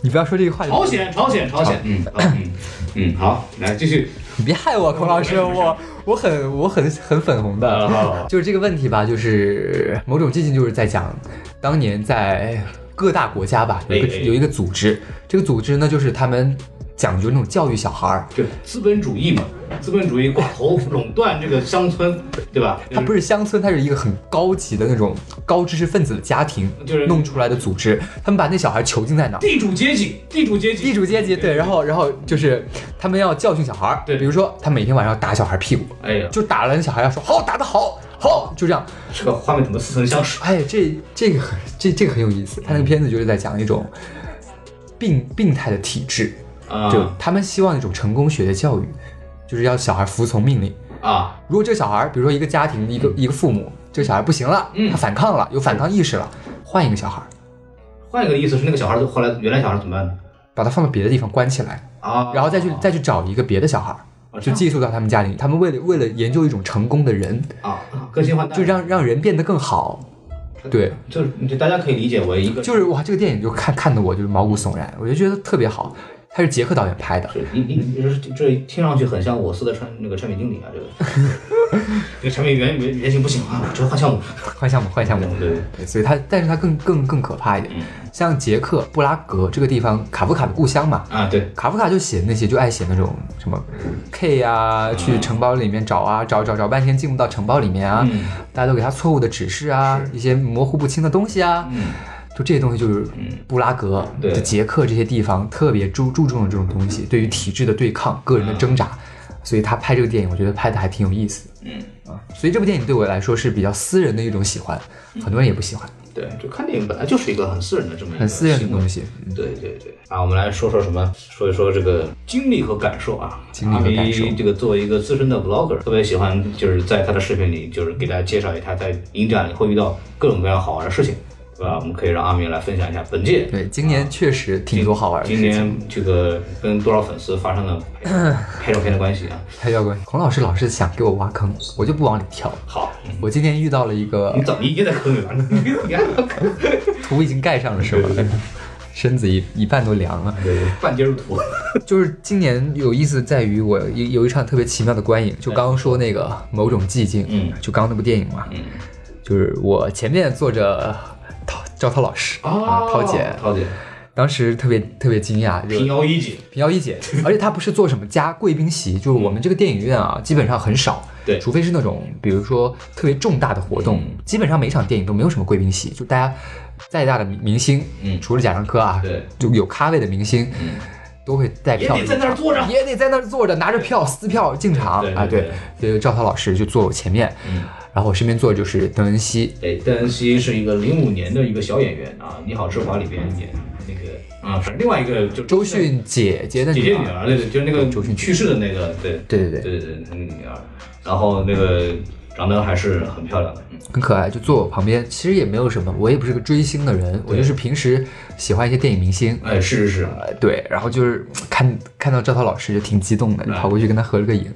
S5: 你不要说这个话，
S4: 朝鲜，朝鲜，朝鲜，嗯，好，嗯，嗯，好，来继续，
S5: 你 别害我，孔老师，我我很我很很粉红 的。
S4: 啊，
S5: 就是这个问题吧，就是某种寂静，就是在讲当年在各大国家吧，有一个
S4: 哎哎
S5: 有一个组织，这个组织呢，就是他们讲究那种教育小孩儿，
S4: 就资本主义嘛，资本主义寡头垄断这个乡村，对吧？
S5: 它不
S4: 是
S5: 是乡村，它是一个很高级的那种高知识分子的家庭
S4: 就是
S5: 弄出来的组织，他们把那小孩囚禁在哪儿？
S4: 地主阶级，地主阶级，
S5: 地主阶级对，然后然后就是他们要教训小孩儿，
S4: 对
S5: 比如说他每天晚上打小孩屁股，
S4: 哎呀，
S5: 就打了那小孩要说好打得好，好就这样，
S4: 这个画面怎么似曾相识？
S5: 哎，这这个很这这个很有意思，他那个片子就是在讲一种病病态的体制，
S4: 啊
S5: 就他们希望一种成功学的教育，就是要小孩服从命令，
S4: 啊，
S5: 如果这个小孩儿，比如说一个家庭一个一个父母，这个小孩儿不行了，
S4: 嗯
S5: 他反抗了，有反抗意识了，换一个小孩儿，
S4: 换一个意思是那个小孩后来原来小孩怎么办呢？
S5: 把他放到别的地方关起来，
S4: 啊，
S5: 然后再去再去找一个别的小孩儿，
S4: 哦
S5: 就寄宿到他们家里。他们为了为了研究一种成功的人，
S4: 啊，更新换代，
S5: 就让让人变得更好。对，
S4: 就是就大家可以理解为一个
S5: 就是哇，这个电影就看看得我就是毛骨悚然，我就觉得特别好。它是捷克导演拍的，
S4: 你你你这这听上去很像我司的产那个产品经理啊，这个 这个产品原原原型不行啊，这换项目。
S5: 换项目换项目。
S4: 对，
S5: 对所以它，但是它更更更可怕一点。像捷克布拉格这个地方，卡夫卡的故乡嘛，
S4: 啊对，
S5: 卡夫卡就写那些，就爱写那种什么 K 啊，去城堡里面找啊，找找找半天进不到城堡里面啊，
S4: 嗯
S5: 大家都给他错误的指示啊，一些模糊不清的东西啊，
S4: 嗯
S5: 就这些东西就是布拉格、
S4: 对嗯
S5: 就捷克这些地方特别注注重的这种东西，对于体制的对抗、个人的挣扎，所以他拍这个电影，我觉得拍的还挺有意思的。
S4: 嗯
S5: 啊，所以这部电影对我来说是比较私人的一种喜欢，很多人也不喜欢，
S4: 对，就看电影本来就是一个很私人的这么一个
S5: 很私人的
S4: 行为
S5: 东西。嗯
S4: 对对对，啊，我们来说说什么？说一说这个经历和感受啊。
S5: 经历和感受
S4: 阿明这个作为一个资深的 vlogger，特别喜欢就是在他的视频里，就是给大家介绍一下在影展里会遇到各种各样好玩的事情，对吧？我们可以让阿明来分享一下本届。
S5: 对，今年确实挺多好玩的事
S4: 今
S5: 情。
S4: 年这个跟多少粉丝发生 了拍拍照片的关系啊？
S5: 太吊诡，孔老师老是想给我挖坑，我就不往里跳。
S4: 好，
S5: 我今天遇到了一个
S4: 你怎么你已经在坑里了？ 你你还要坑？
S5: 图已经盖上了是吗？身子一一半都凉了。
S4: 半截入土。
S5: 就是今年有意思在于我有有一场特别奇妙的观影，就刚刚说那个某种寂静，
S4: 嗯
S5: 就刚刚那部电影嘛，就是我前面坐着涛赵涛老师
S4: 哦
S5: 啊，涛姐，
S4: 涛姐，
S5: 当时特别特别惊讶，就
S4: 平遥一姐，
S5: 平遥 一姐，而且她不是做什么加贵宾席，就是我们这个电影院啊，基本上很少，
S4: 嗯对嗯
S5: 除非是那种比如说特别重大的活动，基本上每场电影都没有什么贵宾席，就大家再大的明明星，
S4: 嗯
S5: 除了贾樟柯啊，
S4: 对，嗯
S5: 就有咖位的明星，都会带票
S4: 也得在那儿
S5: 入场
S4: 坐着
S5: 也得在那儿坐着，拿着票撕票进场
S4: 对对嗯
S5: 啊，对，就赵涛老师就坐我前面，然后我身边坐的就是邓恩熙，
S4: 哎，邓恩熙是一个零五年的一个小演员啊，《你好，之华》里边演那个啊，反正另外一个就是
S5: 周迅姐姐的
S4: 姐
S5: 女
S4: 姐
S5: 儿
S4: 女，儿，对对，就是那个
S5: 周迅
S4: 去世的那个，对
S5: 对对对
S4: 对对对，那个女儿，然后那个长得还是很漂亮的。嗯
S5: 很可爱，就坐我旁边。其实也没有什么，我也不是个追星的人，我就是平时喜欢一些电影明星。
S4: 哎，是是是，
S5: 呃，对，嗯然后就是看看到赵涛老师就挺激动的，就跑过去跟他合了个影。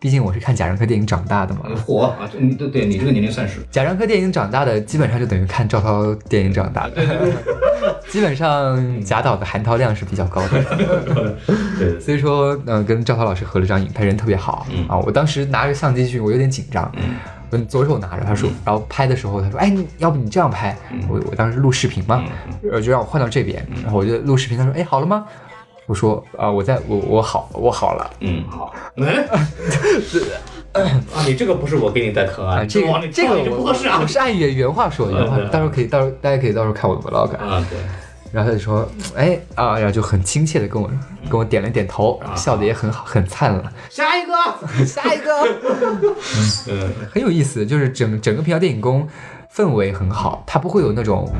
S5: 毕竟我是看贾樟柯电影长大的嘛，
S4: 呃火啊，这你对对，你这个年龄算是
S5: 贾樟柯电影长大的，基本上就等于看赵涛电影长大的。 基本上贾导的含涛量是比较高的，
S4: 对嗯
S5: 所以说，呃，跟赵涛老师合了张影，他人特别好、啊。我当时拿着相机去，我有点紧张，嗯，左手拿着，他说，然
S4: 嗯
S5: 后拍的时候他说，哎，你要不你这样拍？我我当时录视频嘛，
S4: 嗯
S5: 然后就让我换到这边，然后我就录视频，他说，哎，好了吗？我说啊、我在我我好我好了
S4: 嗯 好，嗯，啊，你这个不是我给你在坑
S5: 啊，
S4: 啊，
S5: 这
S4: 往
S5: 个
S4: 里
S5: 这
S4: 往里
S5: 个
S4: 就
S5: 我
S4: 不合适啊
S5: 我是按原原话说的，原话
S4: 嗯
S5: 说，
S4: 嗯
S5: 到时候可以到时候大家可以到时候看我的 vlog，啊
S4: 啊，对，
S5: 然后他就说，哎啊，然后就很亲切的跟我跟我点了点头，然后笑的也很好，很灿烂。
S4: 下一个，
S5: 啊 下一个
S4: 嗯
S5: 很有意思，就是整整个平遥电影宫氛围很好，它不会有那种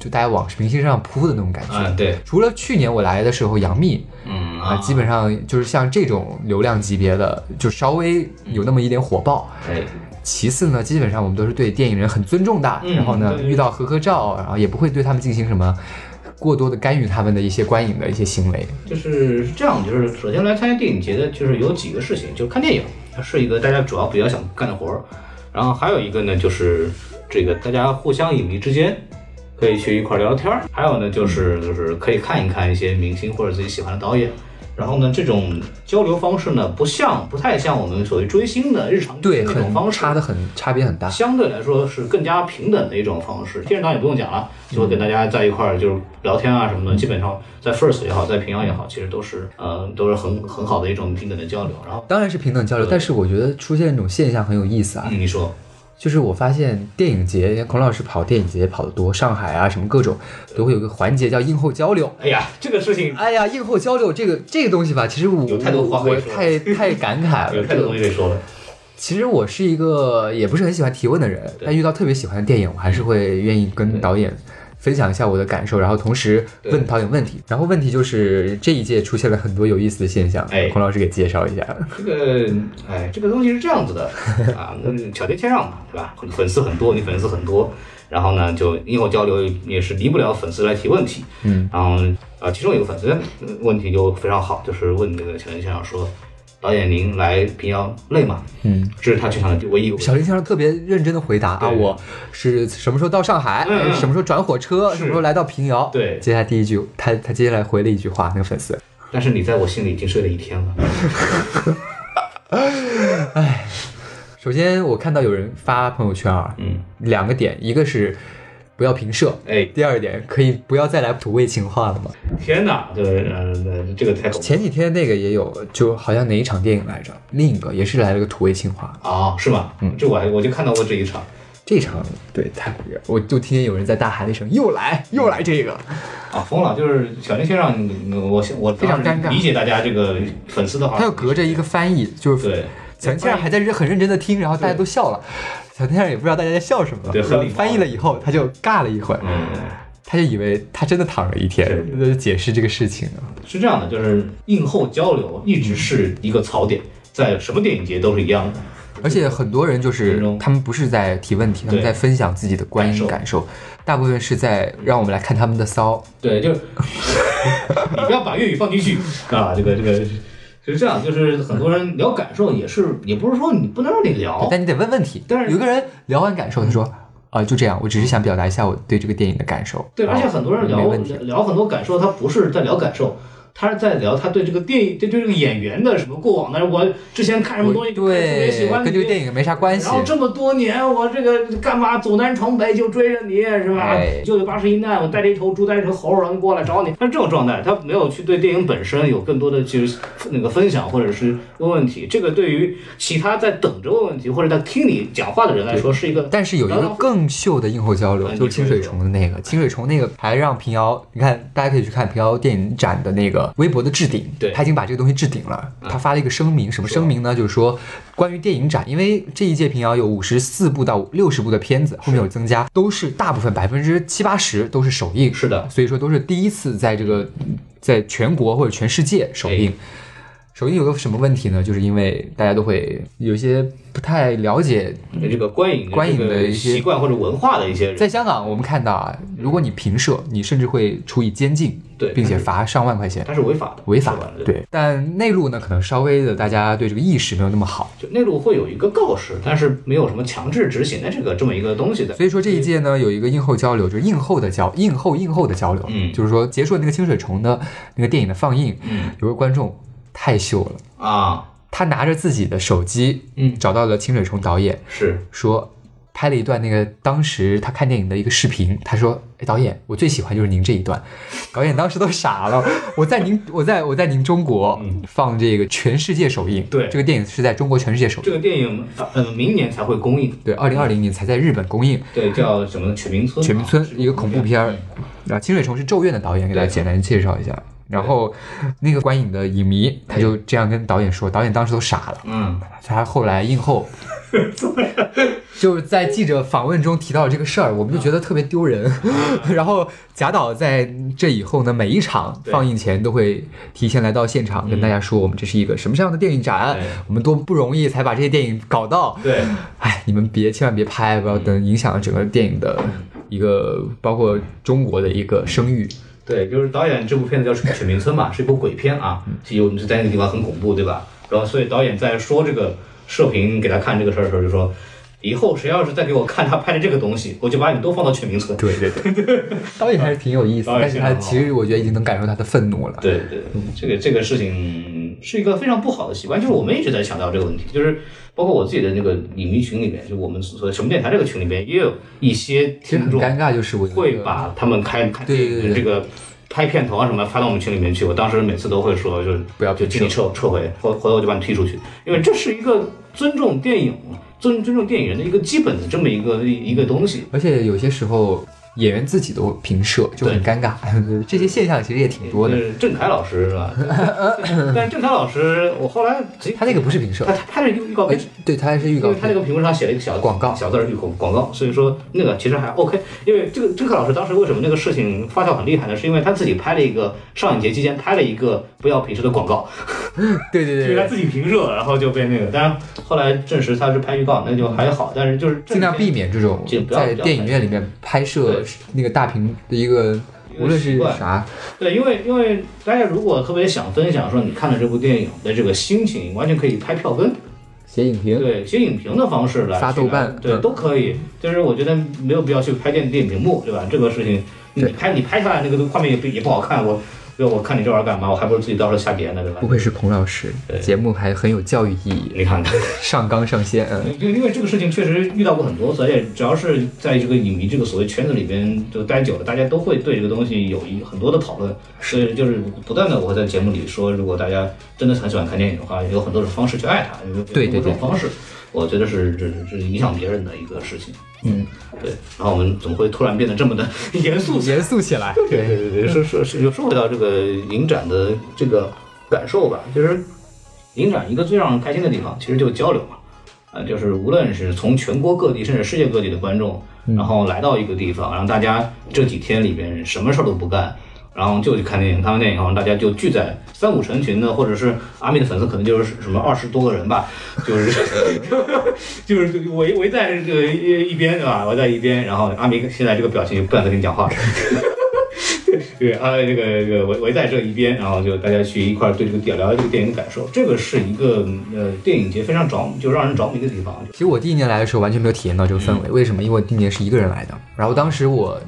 S5: 就大家往明星身上扑的那种感觉。
S4: 啊对，
S5: 除了去年我来的时候，杨幂
S4: 嗯
S5: 啊，基本上就是像这种流量级别的，就稍微有那么一点火爆。
S4: 哎，
S5: 其次呢，基本上我们都是对电影人很尊重的，
S4: 嗯
S5: 然后呢
S4: 对
S5: 遇到合合照，然后也不会对他们进行什么过多的干预他们的一些观影的一些行为。
S4: 就是是这样，就是首先来参加电影节的，就是有几个事情，就是看电影，它是一个大家主要比较想干的活儿。然后还有一个呢，就是这个大家互相影迷之间可以去一块儿聊聊天儿。还有呢，
S5: 嗯
S4: 就是就是可以看一看一些明星或者自己喜欢的导演。然后呢，这种交流方式呢，不像不太像我们所谓追星的日常
S5: 对，
S4: 那种
S5: 很
S4: 方式，
S5: 差的很差别很大。
S4: 相对来说是更加平等的一种方式。电视党也不用讲了，就会跟大家在一块儿就是聊天啊什么的，基本上在 First 也好，在平遥也好，其实都是呃都是很很好的一种平等的交流。然后、
S5: 当然是平等交流，但是我觉得出现这种现象很有意思啊，
S4: 嗯嗯、你说，
S5: 就是我发现电影节，孔老师跑电影节跑得多，上海啊什么各种都会有个环节叫映后交流。
S4: 哎呀，这个事情
S5: 哎呀，映后交流这个这个东西吧，其实我
S4: 有太多话可以
S5: 我
S4: 说
S5: 太太感慨
S4: 有
S5: 了。
S4: 太多东西可以说了。
S5: 其实我是一个也不是很喜欢提问的人，但遇到特别喜欢的电影，我还是会愿意跟导演分享一下我的感受，然后同时问导演问题。然后问题就是这一届出现了很多有意思的现象，
S4: 哎
S5: 孔老师给介绍一下。
S4: 这个，哎，这个东西是这样子 的啊，那巧贴天上嘛，对吧？粉丝很多，你粉丝很多，然后呢，就因后交流也是离不了粉丝来提问题，嗯，然后啊，其中有个粉丝呃问题就非常好，就是问那个巧贴天上说，导演您来平遥累吗？嗯，这是他全场的唯一一个问题
S5: 小林先生特别认真的回答啊，
S4: 对
S5: 我是什么时候到上海，
S4: 嗯嗯
S5: 什么时候转火车，
S4: 是
S5: 什么时候来到平遥。
S4: 对
S5: 接下来第一句，他他接下来回了一句话，那个粉丝，
S4: 但是你在我心里已经睡了一天了，
S5: 首先我看到有人发朋友圈啊，
S4: 嗯，
S5: 两个点，一个是不要平射，
S4: 哎，
S5: 第二点可以不要再来土味情话了嘛。
S4: 天哪，就是呃，这个太恐怖
S5: 前几天那个也有，就好像哪一场电影来着，另一个也是来了个土味情话，
S4: 啊，是吗？嗯，这我还我就看到过这一场
S5: 这场对太我就听见有人在大喊一声，又来又来这个，
S4: 啊，疯了，就是巧贴天上，我我
S5: 非常尴尬
S4: 理解大家这个粉丝的话，
S5: 他又隔着一个翻译，就是
S4: 对，
S5: 小天还在认很认真的听，然后大家都笑了，小天也不知道大家在笑什么，
S4: 对很礼貌
S5: 翻译了以后他就尬了一会儿，
S4: 嗯，
S5: 他就以为他真的躺了一天，
S4: 是
S5: 那就解释这个事情啊。
S4: 是这样的，就是映后交流一直是一个槽点，在什么电影节都是一样的。
S5: 而且很多人就是
S4: 这种
S5: 他们不是在提问题，他们
S4: 对
S5: 在分享自己的观影
S4: 感
S5: 感受，大部分是在让我们来看他们的骚。
S4: 对，就是 你不要把粤语放进去啊，这个这个是这样，就是很多人聊感受也是，也不是说你不能让你聊，
S5: 但你得问问题。
S4: 但是
S5: 有个人聊完感受，他说：“
S4: 嗯
S5: 啊、就这样，我只是想表达一下我对这个电影的感受。”
S4: 对，而且很多人聊
S5: 没问题
S4: 聊很多感受，他不是在聊感受。他是在聊他对这个电影，对对这个演员的什么过往，但是我之前看什么东西，特别喜
S5: 对
S4: 欢，
S5: 跟这个电
S4: 影
S5: 影没啥关系
S4: 然。后这么多年，我这个干嘛走南闯北就追着你是吧
S5: 哎？
S4: 九九八十一难，我带着一头猪，带着一头猴，然后过来找你。但是这种状态，他没有去对电影本身有更多的去那个分享或者是问问题。这个对于其他在等着问问题或者在听你讲话的人来说，是一个
S5: 但是有一个更秀的映后交流
S4: 哎，你
S5: 就是清水虫的那个，清水虫那个还让平遥，你看大家可以去看平遥电影展的那个微博的置顶，
S4: 对啊
S5: 他已经把这个东西置顶了，他发了一个声明，什么声明呢？就是说关于电影展，因为这一届平遥有五十四部到六十部的片子，后面有增加，都是大部分百分之七八十都是首映，
S4: 是的嗯
S5: 所以说都是第一次在这个在全国或者全世界首映。首映有个什么问题呢？就是因为大家都会有一些不太了解，
S4: 这个观影
S5: 观影
S4: 这
S5: 的
S4: 个
S5: 一些
S4: 习惯或者文化的一些人，
S5: 在香港我们看到啊，如果你平射，你甚至会处以监禁，
S4: 对
S5: 并且罚上万块钱，
S4: 它是违法的，
S5: 违法
S4: 是吧
S5: 的。。对，但内陆呢，可能稍微的大家对这个意识没有那么好。
S4: 就内陆会有一个告示，但是没有什么强制执行的这个这么一个东西的。
S5: 所以说这一届呢，有一个映后交流，就是映后的交映后映后的交流，
S4: 嗯
S5: 就是说结束了那个清水虫的那个电影的放映，
S4: 嗯
S5: 有个观众太秀了，
S4: 啊，
S5: 他拿着自己的手机，
S4: 嗯
S5: 找到了清水虫导演，
S4: 是
S5: 说拍了一段那个当时他看电影的一个视频，他说：“哎，导演，我最喜欢就是您这一段。”导演当时都傻了，我在您我在我在您中国放这个全世界首映，
S4: 嗯对
S5: 这个电影是在中国全世界首
S4: 这
S5: 映，
S4: 个电影，呃，明年才会公映，
S5: 对，二零二零年才在日本公映。
S4: 对，叫什么《全民村》啊。
S5: 全民村
S4: 是
S5: 一个恐怖片儿
S4: 嗯，
S5: 然后清水虫是《咒怨》的导演，给大家
S4: 对
S5: 简单介绍一下。然后那个观影的影迷他就这样跟导演说，导演当时都傻了，
S4: 嗯，
S5: 他后来 映后。就是在记者访问中提到了这个事儿，我们就觉得特别丢人。 然后贾导在这以后呢，每一场
S4: 啊对嗯
S5: 放映前都会提前来到现场，跟大家说我们这是一个什么样的电影展
S4: 对，
S5: 我们多不容易才把这些电影搞到。
S4: 对，
S5: 哎，你们别千万别拍，不要等影响整个电影的一个，包括中国的一个声誉。
S4: 对，就是导演这部片子叫《犬民村》嘛，是一部鬼片啊，
S5: 嗯
S4: 有就在那个地方很恐怖，对吧？然后所以导演在说这个射频给他看这个事儿的时候，就说。以后谁要是再给我看他拍的这个东西，我就把你们都放到犬民村。
S5: 对对对， 导演还是挺有意思，
S4: 导演
S5: 但是他
S4: 非常好
S5: 其实我觉得已经能感受他的愤怒了。
S4: 对对，
S5: 嗯
S4: 这个这个事情是一个非常不好的习惯，就是我们一直在强调这个问题，就是包括我自己的那个影迷群里面，就我们所谓什么电台这个群里面，也有一些
S5: 其实
S4: 听
S5: 很
S4: 众
S5: 尴尬，就是我觉得
S4: 会把他们开看
S5: 对
S4: 电
S5: 对
S4: 影
S5: 对
S4: 的
S5: 对
S4: 这个拍片头啊什么发到我们群里面去。我当时每次都会说，就是
S5: 不要
S4: 就请你撤撤回，回回头我就把你踢出去，因为这是一个尊重电影、尊尊重电影人的一个基本的这么一个一个东西。
S5: 而且有些时候演员自己都平射，就很尴尬。 这些现象其实也挺多的。
S4: 就是郑恺老师是 吧？但是郑恺老师，我后来
S5: 他那个不是平射
S4: 他，他拍的预预告
S5: 呃
S4: 片，
S5: 对，他还是预
S4: 因
S5: 告
S4: 为他那
S5: 片。
S4: 个屏幕上写了一个小
S5: 广告
S4: 小字儿预广广告，所以说那个其实还 OK。因为这个郑恺老师当时为什么那个事情发酵很厉害呢？是因为他自己拍了一个上影节期间拍了一个不要平视的广告，
S5: 对对
S4: 就是
S5: 对
S4: 他
S5: 对，
S4: 自己评射，然后就被那个。当然后来证实他是拍预告，那就还好，但是就是
S5: 尽量避免这种
S4: 尽不要
S5: 在电影院里面拍摄
S4: 对
S5: 那个大屏的一个，
S4: 一个
S5: 无论是
S4: 习惯
S5: 啥，
S4: 对，因为因为大家如果特别想分享说你看了这部电影的这个心情，完全可以拍票根，
S5: 写影评。
S4: 对，写影评的方式来
S5: 发
S4: 去
S5: 豆
S4: 来
S5: 瓣
S4: 对，
S5: 嗯
S4: 都可以。就是我觉得没有必要去拍电电影屏幕，对吧？这个事情，你
S5: 对
S4: 拍你拍下来那个画面也不也不好看，我对吧我看你这玩意儿干嘛？我还不如自己到时候下别呢，对吧
S5: 不？愧是孔老师，节目还很有教育意义，
S4: 你看看，
S5: 上纲上线。嗯，
S4: 因为因为这个事情确实遇到过很多次，而且只要是在这个影迷这个所谓圈子里边就待久了，大家都会对这个东西有一很多的讨论。所以就是不断的我会在节目里说，如果大家真的很喜欢看电影的话，有很多种方式去爱它，有有
S5: 对对
S4: 很多种
S5: 对
S4: 方式。我觉得是这这是影响别人的一个事情。
S5: 嗯，
S4: 对，然后我们怎么会突然变得这么的 严肃起来？
S5: 严肃起来。
S4: 对对对对，是是是，就说回到这个影展的这个感受吧，就是影展一个最让人开心的地方，其实就是交流嘛。啊，就是无论是从全国各地甚至世界各地的观众，然后来到一个地方，让大家这几天里边什么事儿都不干，然后就去看电影，看完电影后，大家就聚在三五成群的，或者是阿密的粉丝可能就是什么二十多个人吧，就是 就是围围在这个一一边对吧？围在一边，然后阿明现在这个表情就不想跟你讲话了。对啊，这个这个围围在这一边，然后就大家去一块儿对这个电聊这个电影的感受，这个是一个嗯呃电影节非常着就让人着迷的地方。
S5: 其实我第一年来的时候完全没有体验到这个氛围，为什么？因为我第一年是一个人来的，然后当时我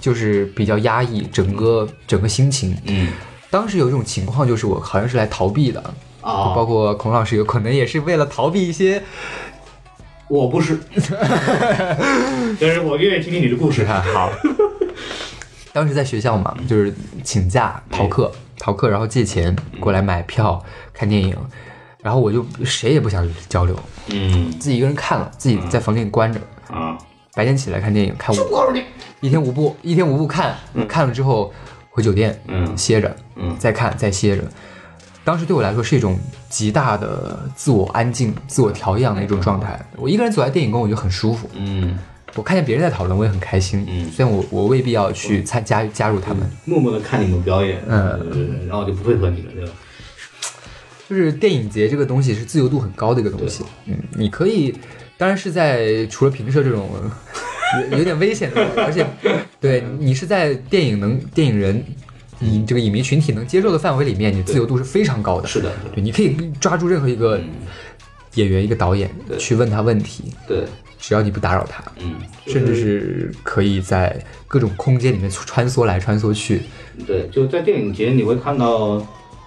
S5: 就是比较压抑，整个整个心情。
S4: 嗯
S5: 当时有一种情况，就是我好像是来逃避的，
S4: 啊，
S5: 包括孔老师有可能也是为了逃避一些，
S4: 我不 是，但是我愿意听听你的故
S5: 你
S4: 事。
S5: 看好。当时在学校嘛，就是请假逃课，逃课然后借钱过来买票看电影，然后我就谁也不想交流，
S4: 嗯
S5: 自己一个人看了，自己在房间里关着，
S4: 啊，
S5: 白天起来看电影，看五部，一天五部，一天五部看，看了之后回酒店，
S4: 嗯
S5: 歇着，
S4: 嗯
S5: 再看，再歇着。当时对我来说是一种极大的自我安静、自我调养的一种状态。我一个人走在电影宫，我就很舒服。
S4: 嗯，
S5: 我看见别人在讨论，我也很开心。
S4: 嗯
S5: 虽然我我未必要去参加加入他们。
S4: 默默的看你们表演，
S5: 嗯
S4: 呃，然后就不会和你了，对吧？
S5: 就是电影节这个东西是自由度很高的一个东西，嗯，你可以，当然是在除了平射这种有有点危险的，而且对你是在电影能电影人。你这个影迷群体能接受的范围里面，你自由度是非常高的。
S4: 是的是的
S5: 对，你可以抓住任何一个演员、一个导演
S4: 对
S5: 去问他问题，
S4: 对，
S5: 只要你不打扰他，
S4: 嗯，
S5: 甚至是可以在各种空间里面穿梭来穿梭去。
S4: 对，就在电影节你会看到，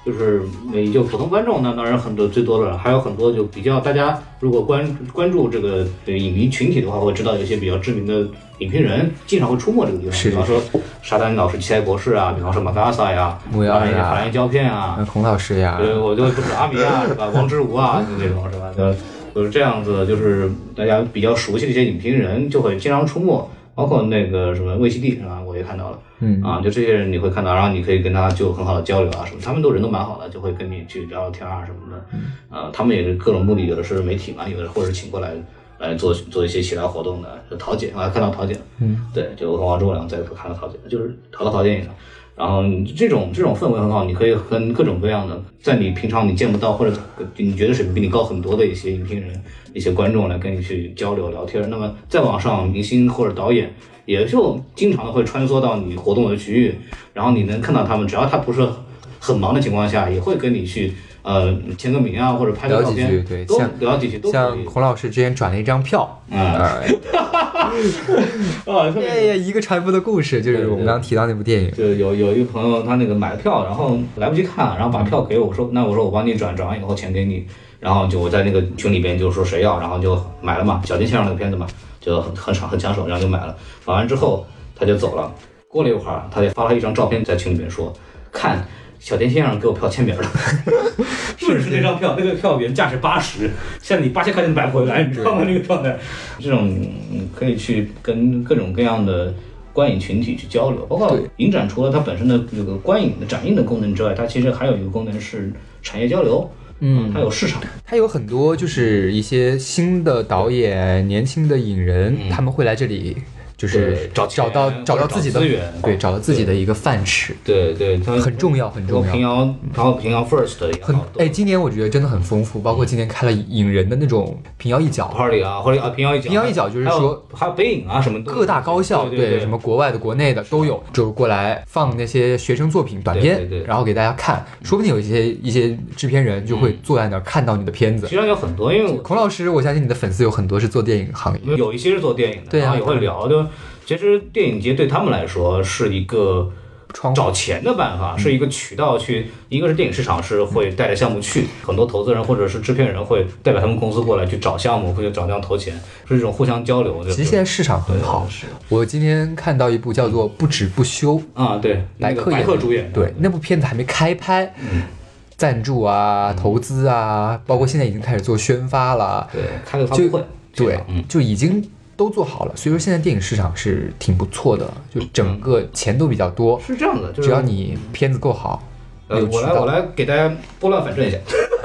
S4: 就是也就普通观众，那当然很多最多的了，还有很多就比较大家如果关关注这个呃影迷群体的话，会知道有一些比较知名的影评人经常会出没这个地方，
S5: 是
S4: 比方
S5: 是
S4: 说沙丹老师、奇才博士啊，比方说马达萨呀、
S5: 穆亚呀
S4: 法兰胶片啊
S5: 呃，孔老师呀，
S4: 对，我就就是阿米 啊，是吧？王之无啊，就这种是吧？就就是这样子，就是大家比较熟悉的一些影评人就会经常出没，包括那个什么魏西地是吧？我也看到了，
S5: 嗯
S4: 啊，就这些人你会看到，然后你可以跟他就很好的交流啊什么，他们都人都蛮好的，就会跟你去聊聊天啊什么的，
S5: 嗯
S4: 呃，他们也是各种目的，有的是媒体嘛，有的或者是请过来。来做做一些其他活动的，就桃姐，我还看到桃姐了，嗯，对，就我和王忠良在看到桃姐，就是逃到桃姐影上，然后你这种这种氛围很好，你可以跟各种各样的，呃在你平常你见不到或者你觉得水平比你高很多的一些影评人、一些观众来跟你去交流聊天。那么再往上，明星或者导演也就经常的会穿梭到你活动的区域，然后你能看到他们，只要他不是很忙的情况下，也会跟你去呃签个名啊，或者拍个
S5: 聊
S4: 照
S5: 几
S4: 片，
S5: 句，对，
S4: 都
S5: 像
S4: 聊几句都可
S5: 像
S4: 以。
S5: 孔老师之前转了一张票，
S4: 嗯
S5: 啊，
S4: 啊，特别
S5: 哎呀，一个船夫的故事，就
S4: 对
S5: 是
S4: 对
S5: 我们刚刚提到那部电影，
S4: 就有有一个朋友，他那个买了票，然后来不及看，然后把票给我，我说那我说我帮你转，转完以后钱给你，然后就我在那个群里边就说谁要，然后就买了嘛，小金先生那个片子嘛，就很很抢很抢手，然后就买了，买完之后他就走了，过了一会儿他就发了一张照片在群里面说，看。小田先生给我票签名了， 顺是那张票，那个票原价是八十，现在你八千块钱买不回来，你知道吗？那个状态，这种嗯可以去跟各种各样的观影群体去交流，包括
S5: 对
S4: 影展除了它本身的这个观影的展映的功能之外，它其实还有一个功能是产业交流，嗯，它有市场，
S5: 他有很多就是一些新的导演、年轻的影人，他们会来这里，就是
S4: 嗯对找
S5: 找到
S4: 钱
S5: 找到
S4: 或者
S5: 自己的
S4: 找资源
S5: 对，找到自己的一个饭吃，
S4: 对对，它
S5: 很重要，很
S4: 包括
S5: 重
S4: 平
S5: 要。
S4: 遥，包括平遥 First 也
S5: 很
S4: 好，嗯都
S5: 哎，今年我觉得真的很丰富，包括今年开了影人的那种平遥一角，
S4: Party 啊，或者啊平遥一角，
S5: 平遥一角就是
S4: 还有
S5: 说
S4: 还有北影啊什么都有
S5: 各大高校
S4: 对对
S5: 什么国外的、国内的都有，就是过来放那些学生作品、短
S4: 对
S5: 片
S4: 对，对
S5: 然后给大家看，说不定有一些一些制片人就会
S4: 嗯
S5: 坐在那儿看到你的片子
S4: 实。际上有很多，因为我
S5: 孔老师，我相信你的粉丝有很多是做电影行业，
S4: 有一些是做电影的，
S5: 对啊
S4: 然后也会聊。就其实电影节对他们来说是一个
S5: 窗户嗯
S4: 找钱的办法，是一个渠道去，一个是电影市场是会带着项目去，很多投资人或者是制片人会代表他们公司过来去找项目，或者找量投钱，是一种互相交流。
S5: 其实现在市场很好。我今天看到一部叫做《不止不休》，
S4: 啊，对，那个
S5: 克
S4: 白
S5: 白
S4: 客主演的，嗯
S5: 对，那部片子还没开拍，赞助啊、投资啊，包括现在已经开始做宣发了，
S4: 对，开个发布
S5: 就
S4: 会，这
S5: 对
S4: 样嗯，，
S5: 就已经都做好了。所以说现在电影市场是挺不错的，就整个钱都比较多，
S4: 是这样嗯的，就是
S5: 只要你片子够好，
S4: 呃，
S5: 有
S4: 我
S5: 渠
S4: 来，我
S5: 道。
S4: 来给大家拨乱反正一下。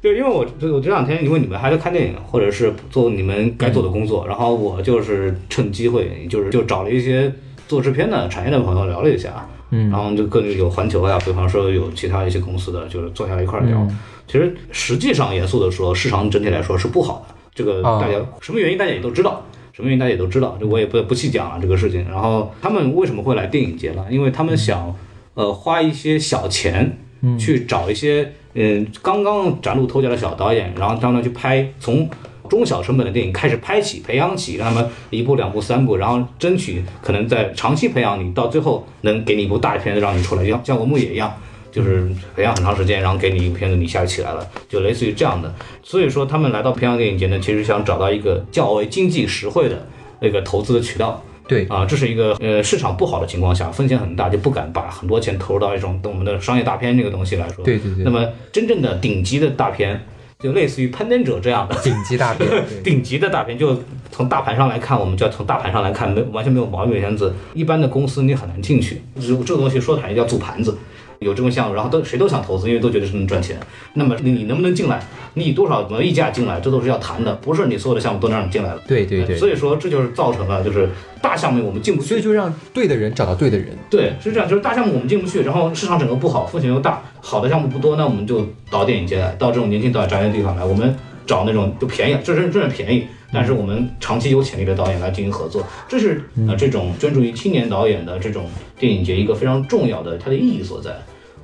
S4: 对，因为我这我这两天，因为你们还在看电影，或者是做你们该做的工
S5: 嗯
S4: 作，然后我就是趁机会，就是就找了一些做制片的产业的朋友聊了一下，嗯，然后就跟有环球呀，比方说有其他一些公司的，就是坐下来一块儿聊。
S5: 嗯
S4: 其实实际上严肃的说，市场整体来说是不好的，这个
S5: 啊
S4: 大家、什么原因大家也都知道。什么原因大家也都知道，这我也不不细讲了这个事情。然后他们为什么会来电影节呢？因为他们想，呃，花一些小钱去找一些嗯、刚刚崭露头角的小导演，然后他们去拍从中小成本的电影开始拍起，培养起，让他们一部、两部、三部，然后争取可能在长期培养你，到最后能给你一部大片子让你出来，像像文牧野一样。就是培养很长时间，然后给你一部片子，你一下就起来了，就类似于这样的。所以说，他们来到平遥电影节呢，其实想找到一个较为经济实惠的那个投资的渠道。
S5: 对，
S4: 啊，这是一个呃市场不好的情况下，风险很大，就不敢把很多钱投入到一种我们的商业大片这个东西来说。
S5: 对对对
S4: 那么真正的顶级的大片，就类似于《攀登者》这样的。
S5: 顶级大片，对
S4: 顶级的大片，就从大盘上来看，我们就要从大盘上来看，没有完全没有毛病的片子，一般的公司你很难进去。这这个东西说坦白叫组盘子，有这种项目，然后都谁都想投资，因为都觉得是能赚钱。那么你能不能进来，你以多少门溢价进来，这都是要谈的，不是你所有的项目都能让你进来了。
S5: 对对对，
S4: 所以说这就是造成了就是大项目我们进不
S5: 所以
S4: 去，
S5: 就让对的人找到对的人。
S4: 对，是这样，就是大项目我们进不去，然后市场整个不好，风险又大，好的项目不多，那我们就导电影节来，到这种年轻导演扎堆的地方来，我们找那种就便宜，这是这是便宜，但是我们长期有潜力的导演来进行合作，这是呃这种专注于青年导演的这种电影节一个非常重要的它的意义所在。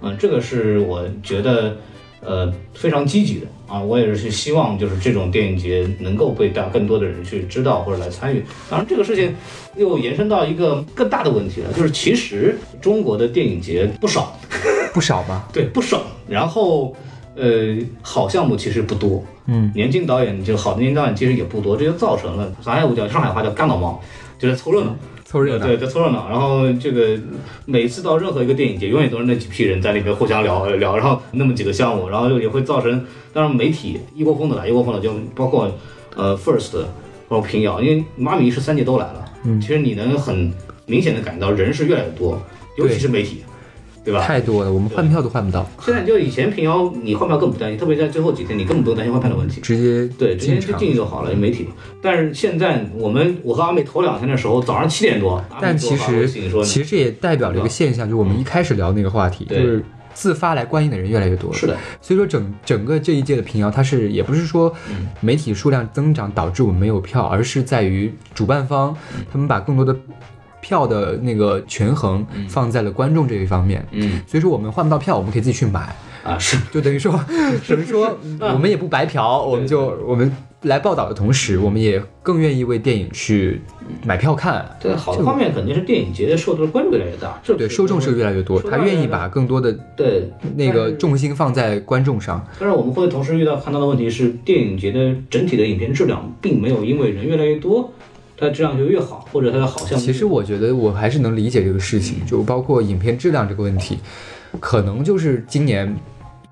S4: 嗯，这个是我觉得呃非常积极的啊，我也是希望就是这种电影节能够被大更多的人去知道或者来参与。当然，这个事情又延伸到一个更大的问题了，就是其实中国的电影节不少，
S5: 不少吧？
S4: 对不少，然后。呃，好项目其实不多，嗯，年轻导演就好的年轻导演其实也不多，这就造成了上海我叫上海话叫“干老毛”，就是凑热闹，
S5: 凑热闹
S4: 对，在凑热闹。然后这个每次到任何一个电影节，永远都是那几批人在里面互相聊呃聊，然后那么几个项目，然后就也会造成，当然媒体一窝蜂的来，一窝蜂的就包括呃 First 包括平遥，因为妈咪是三届都来了，嗯，其实你能很明显的感觉到人是越来越多，尤其
S5: 对
S4: 是媒体，对吧？
S5: 太多了，我们换票都换不到，
S4: 现在就以前平遥你换票更不担心，特别在最后几天你根本不用担心换票的问题。
S5: 直接
S4: 对，直接
S5: 进
S4: 去
S5: 场。
S4: 进去就好了，媒体嘛。但是现在我们，我和阿美头两天的时候，早上七点多，阿
S5: 但
S4: 美给我
S5: 其
S4: 发微
S5: 实
S4: 信说，嗯
S5: 其实也代表了一个现象，就我们一开始聊那个话题，就
S4: 对
S5: 是自发来观影的人越来越多。
S4: 是的，
S5: 所以说整整个这一届的平遥，它是也不是说
S4: 嗯
S5: 媒体数量增长导致我们没有票，而是在于主办方
S4: 嗯
S5: 他们把更多的票的那个权衡放在了观众这一方面。
S4: 嗯
S5: 所以说我们换不到票，我们可以自己去买，
S4: 啊是
S5: 就等于 说等于说我们也不白嫖，我们就我们来报道的同时，我们也更愿意为电影去买票看。
S4: 对，好的方面肯定是电影节受到的关注越来越大，这
S5: 对，受众是越来越多，
S4: 受
S5: 他
S4: 众
S5: 愿意把更多的
S4: 对
S5: 那个
S4: 但是
S5: 重心放在观众上。
S4: 但是我们会同时遇到看到的问题是，电影节的整体的影片质量并没有因为人越来越多，它质量就越好，或者它的好项目。
S5: 其实我觉得我还是能理解这个事情，就包括影片质量这个问题，可能就是今年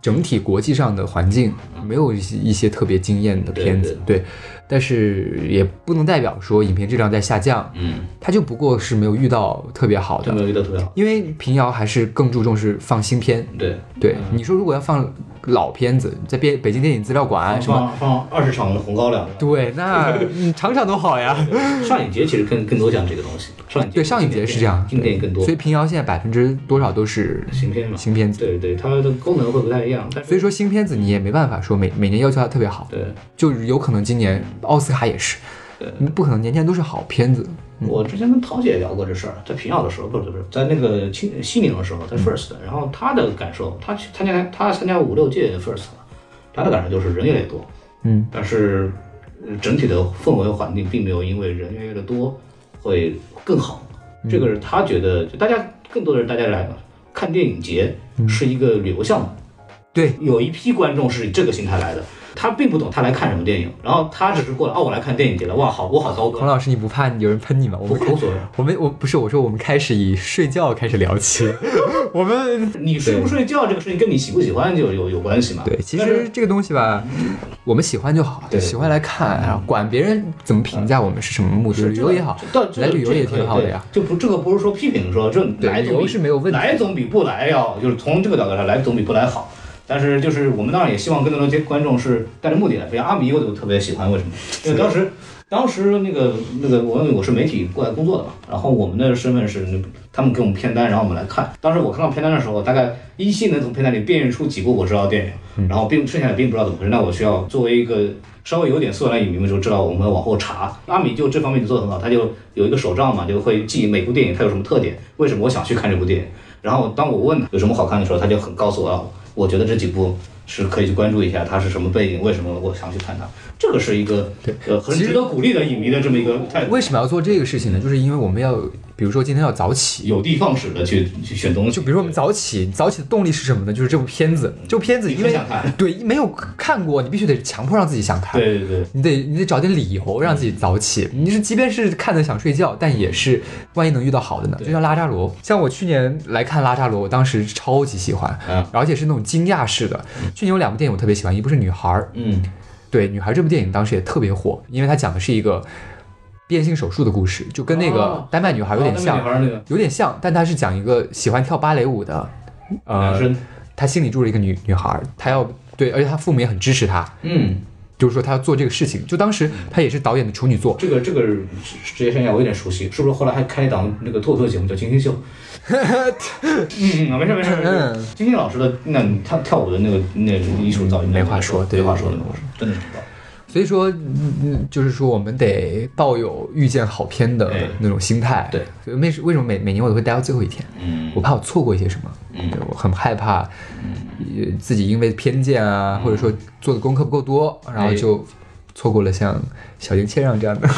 S5: 整体国际上的环境没有一些一些特别惊艳的片子，对但是也不能代表说影片质量在下降，
S4: 嗯，
S5: 它就不过是没有遇到特别好
S4: 就没
S5: 的，
S4: 有遇到特别好。
S5: 因为平遥还是更注重是放新片。
S4: 对，
S5: 对，
S4: 嗯
S5: 你说如果要放老片子，在北北京电影资料馆什么，
S4: 放放二十场的红高粱，
S5: 啊对， 那嗯场场都好呀。
S4: 上影节其实更更多讲这个东西。上影节
S5: 对，上影节是这样，
S4: 经典更多
S5: 所以，平遥现在百分之多少都是
S4: 新片嘛，
S5: 新片子，
S4: 对对，它的功能会不太一样，但是
S5: 所以说新片子你也没办法说每每年要求它特别好，
S4: 对。
S5: 就是有可能今年奥斯卡也是，你不可能年年都是好片子。
S4: 我之前跟陶姐聊过这事儿，在平遥的时候，不是不是，在那个青西宁的时候，
S5: 嗯
S4: 在 First，、然后她的感受，她去参加她参加五六届 First，了她的感受就是人越来越多，
S5: 嗯，
S4: 但是呃整体的氛围环境并没有因为人越来越多会更好，
S5: 嗯
S4: 这个是她觉得，就大家更多的人大家来看电影节是一个旅游项目，
S5: 嗯对，
S4: 有一批观众是以这个心态来的。他并不懂他来看什么电影，然后他只是过来哦，我来看电影节了，哇，好，我好糟
S5: 孔
S4: 糕，
S5: 老师，你不怕有人喷你吗？我
S4: 不
S5: 们
S4: 无
S5: 开，
S4: 所谓。
S5: 我们我不是我说我们开始以睡觉开始 聊起，我们
S4: 你睡不睡觉这个事情跟你喜不喜欢就有有有关系嘛？
S5: 对，其
S4: 但是嗯
S5: 实这个东西吧，我们喜欢就好，喜欢来看啊，管别人怎么评价我们是什么目的，
S4: 是
S5: 旅游也好
S4: 这个，这
S5: 来
S4: 个
S5: 旅游也
S4: 这个可以
S5: 挺好的呀。
S4: 对就不这个不是说批评说这
S5: 对
S4: 来
S5: 旅
S4: 总
S5: 游
S4: 比
S5: 是没有问题
S4: 来总比不来要就是从这个角度上来总比不来好。但是就是我们当然也希望更多的观众是带着目的来，比如阿迷我就特别喜欢，为什么？因为当时当时那个那个我我是媒体过来工作的嘛，然后我们的身份是他们给我们片单，然后我们来看。当时我看到片单的时候，大概依稀能从片单里辨认出几部我知道的电影，然后并剩下的并不知道怎么回事。那我需要作为一个稍微有点素养的影迷们就知道我们往后查。阿米就这方面就做得很好，他就有一个手账嘛，就会记每部电影它有什么特点，为什么我想去看这部电影。然后当我问他有什么好看的时候，他就很告诉我啊，我觉得这几部是可以去关注一下，它是什么背景，为什么我想去看它。这个是一个呃很
S5: 其实
S4: 值得鼓励的影迷的这么一个态度，
S5: 为什么要做这个事情呢？就是因为我们要，比如说今天要早起，
S4: 有的放矢的去去选东西。
S5: 就比如说我们早起，早起的动力是什么呢？就是这部片子，这部片子
S4: 你
S5: 因为
S4: 很想看
S5: 对没有看过，你必须得强迫让自己想看。
S4: 对对对，
S5: 你得你得找点理由让自己早起。你是即便是看的想睡觉，但也是万一能遇到好的呢。就像拉扎罗，像我去年来看拉扎罗，我当时超级喜欢，
S4: 嗯
S5: 而且是那种惊讶式的。去年有两部电影我特别喜欢，一部是《女孩》，
S4: 嗯，
S5: 对，《女孩》这部电影当时也特别火，因为它讲的是一个变性手术的故事，就跟那个
S4: 哦
S5: 《丹麦女孩》有点像
S4: 哦丹麦女孩那个，
S5: 有点像，但它是讲一个喜欢跳芭蕾舞的呃
S4: 男生，
S5: 他心里住着一个女女孩儿，他要对，而且他父母也很支持他，
S4: 嗯，
S5: 就是说他要做这个事情。就当时他也是导演的处女作，
S4: 这个这个职业生涯我有点熟悉，是不是后来还开一档那个脱口秀节目叫《金 星秀》？嗯嗯，没事没事没事。金星老师的那他跳舞的那个那艺术造诣
S5: 没话说对
S4: 没话说，没话说，真的是不知道。
S5: 所以说，嗯嗯就是说我们得抱有遇见好片的
S4: 哎
S5: 那种心态。
S4: 对
S5: 所以为什为什么每每年我都会待到最后一天？
S4: 嗯
S5: 我怕我错过一些什么，对我很害怕，呃自己因为偏见啊，或者说做的功课不够多，然后
S4: 哎
S5: 就错过了像小林切让这样的。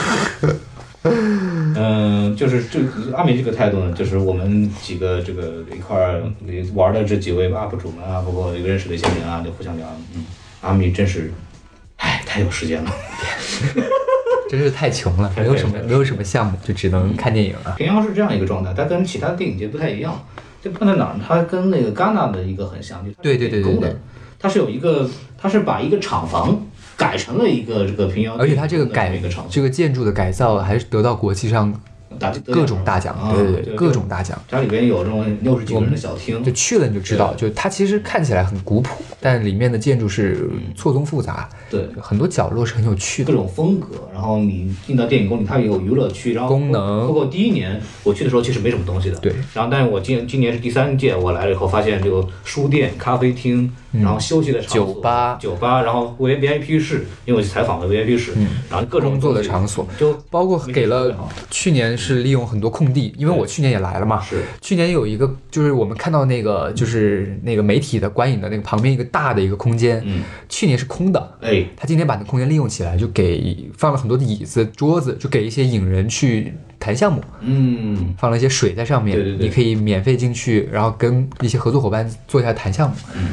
S4: 嗯，就是这个阿米这个态度呢，就是我们几个这个一块儿玩的这几位 UP 主们啊，包括一个认识的一些人啊，就互相聊。嗯，阿米真是，哎，太有时间了。
S5: 真是太穷了，没有什么没有什么项目，就只能看电影了。
S4: 平遥是这样一个状态，它跟其他电影节不太一样。这不在哪儿呢？它跟那个戛纳的一个很像，就是它
S5: 对对对对
S4: 有功能
S5: 对
S4: 它是有一个，它是把一个厂房改成了一个这个平遥
S5: 而
S4: 电
S5: 且
S4: 影
S5: 它
S4: 宫的这
S5: 这
S4: 么一
S5: 个
S4: 个
S5: 改
S4: 场所
S5: 这个建筑的改造还是得到国际上
S4: 打
S5: 各种大奖，
S4: 啊
S5: 对对对，各。
S4: 打
S5: 种大奖。
S4: 它里边有这种六十几个人的小厅
S5: 就，去了你就知道，就它其实看起来很古朴，但里面的建筑是错综复杂，
S4: 对，
S5: 很多角落是很有趣
S4: 各
S5: 的。
S4: 种风格，然后你进到电影宫里，它也有娱乐区，然后
S5: 功能
S4: 包括第一年我去的时候，其实没什么东西的。
S5: 对。
S4: 然后，但是我今今年是第三届，我来了以后，发现这个书店、咖啡厅，然后休息的场所、
S5: 嗯酒吧
S4: 酒吧，然后 V V I P 室，因为我去采访了 V I P 室，然后各种
S5: 嗯工作的
S4: 东西
S5: 场所
S4: 就
S5: 包括给
S4: 没什么
S5: 了
S4: 好
S5: 去年是利用很多空地，因为我去年也来了嘛。
S4: 是
S5: 去年有一个就是我们看到那个就是那个媒体的观影的那个旁边一个大的一个空间，
S4: 嗯
S5: 去年是空的，
S4: 哎，
S5: 他今天把那空间利用起来，就给放了很多的椅子、桌子，就给一些影人去谈项目，
S4: 嗯，
S5: 放了一些水在上面，
S4: 对对对
S5: 你可以免费进去，然后跟一些合作伙伴坐下来谈项目。
S4: 嗯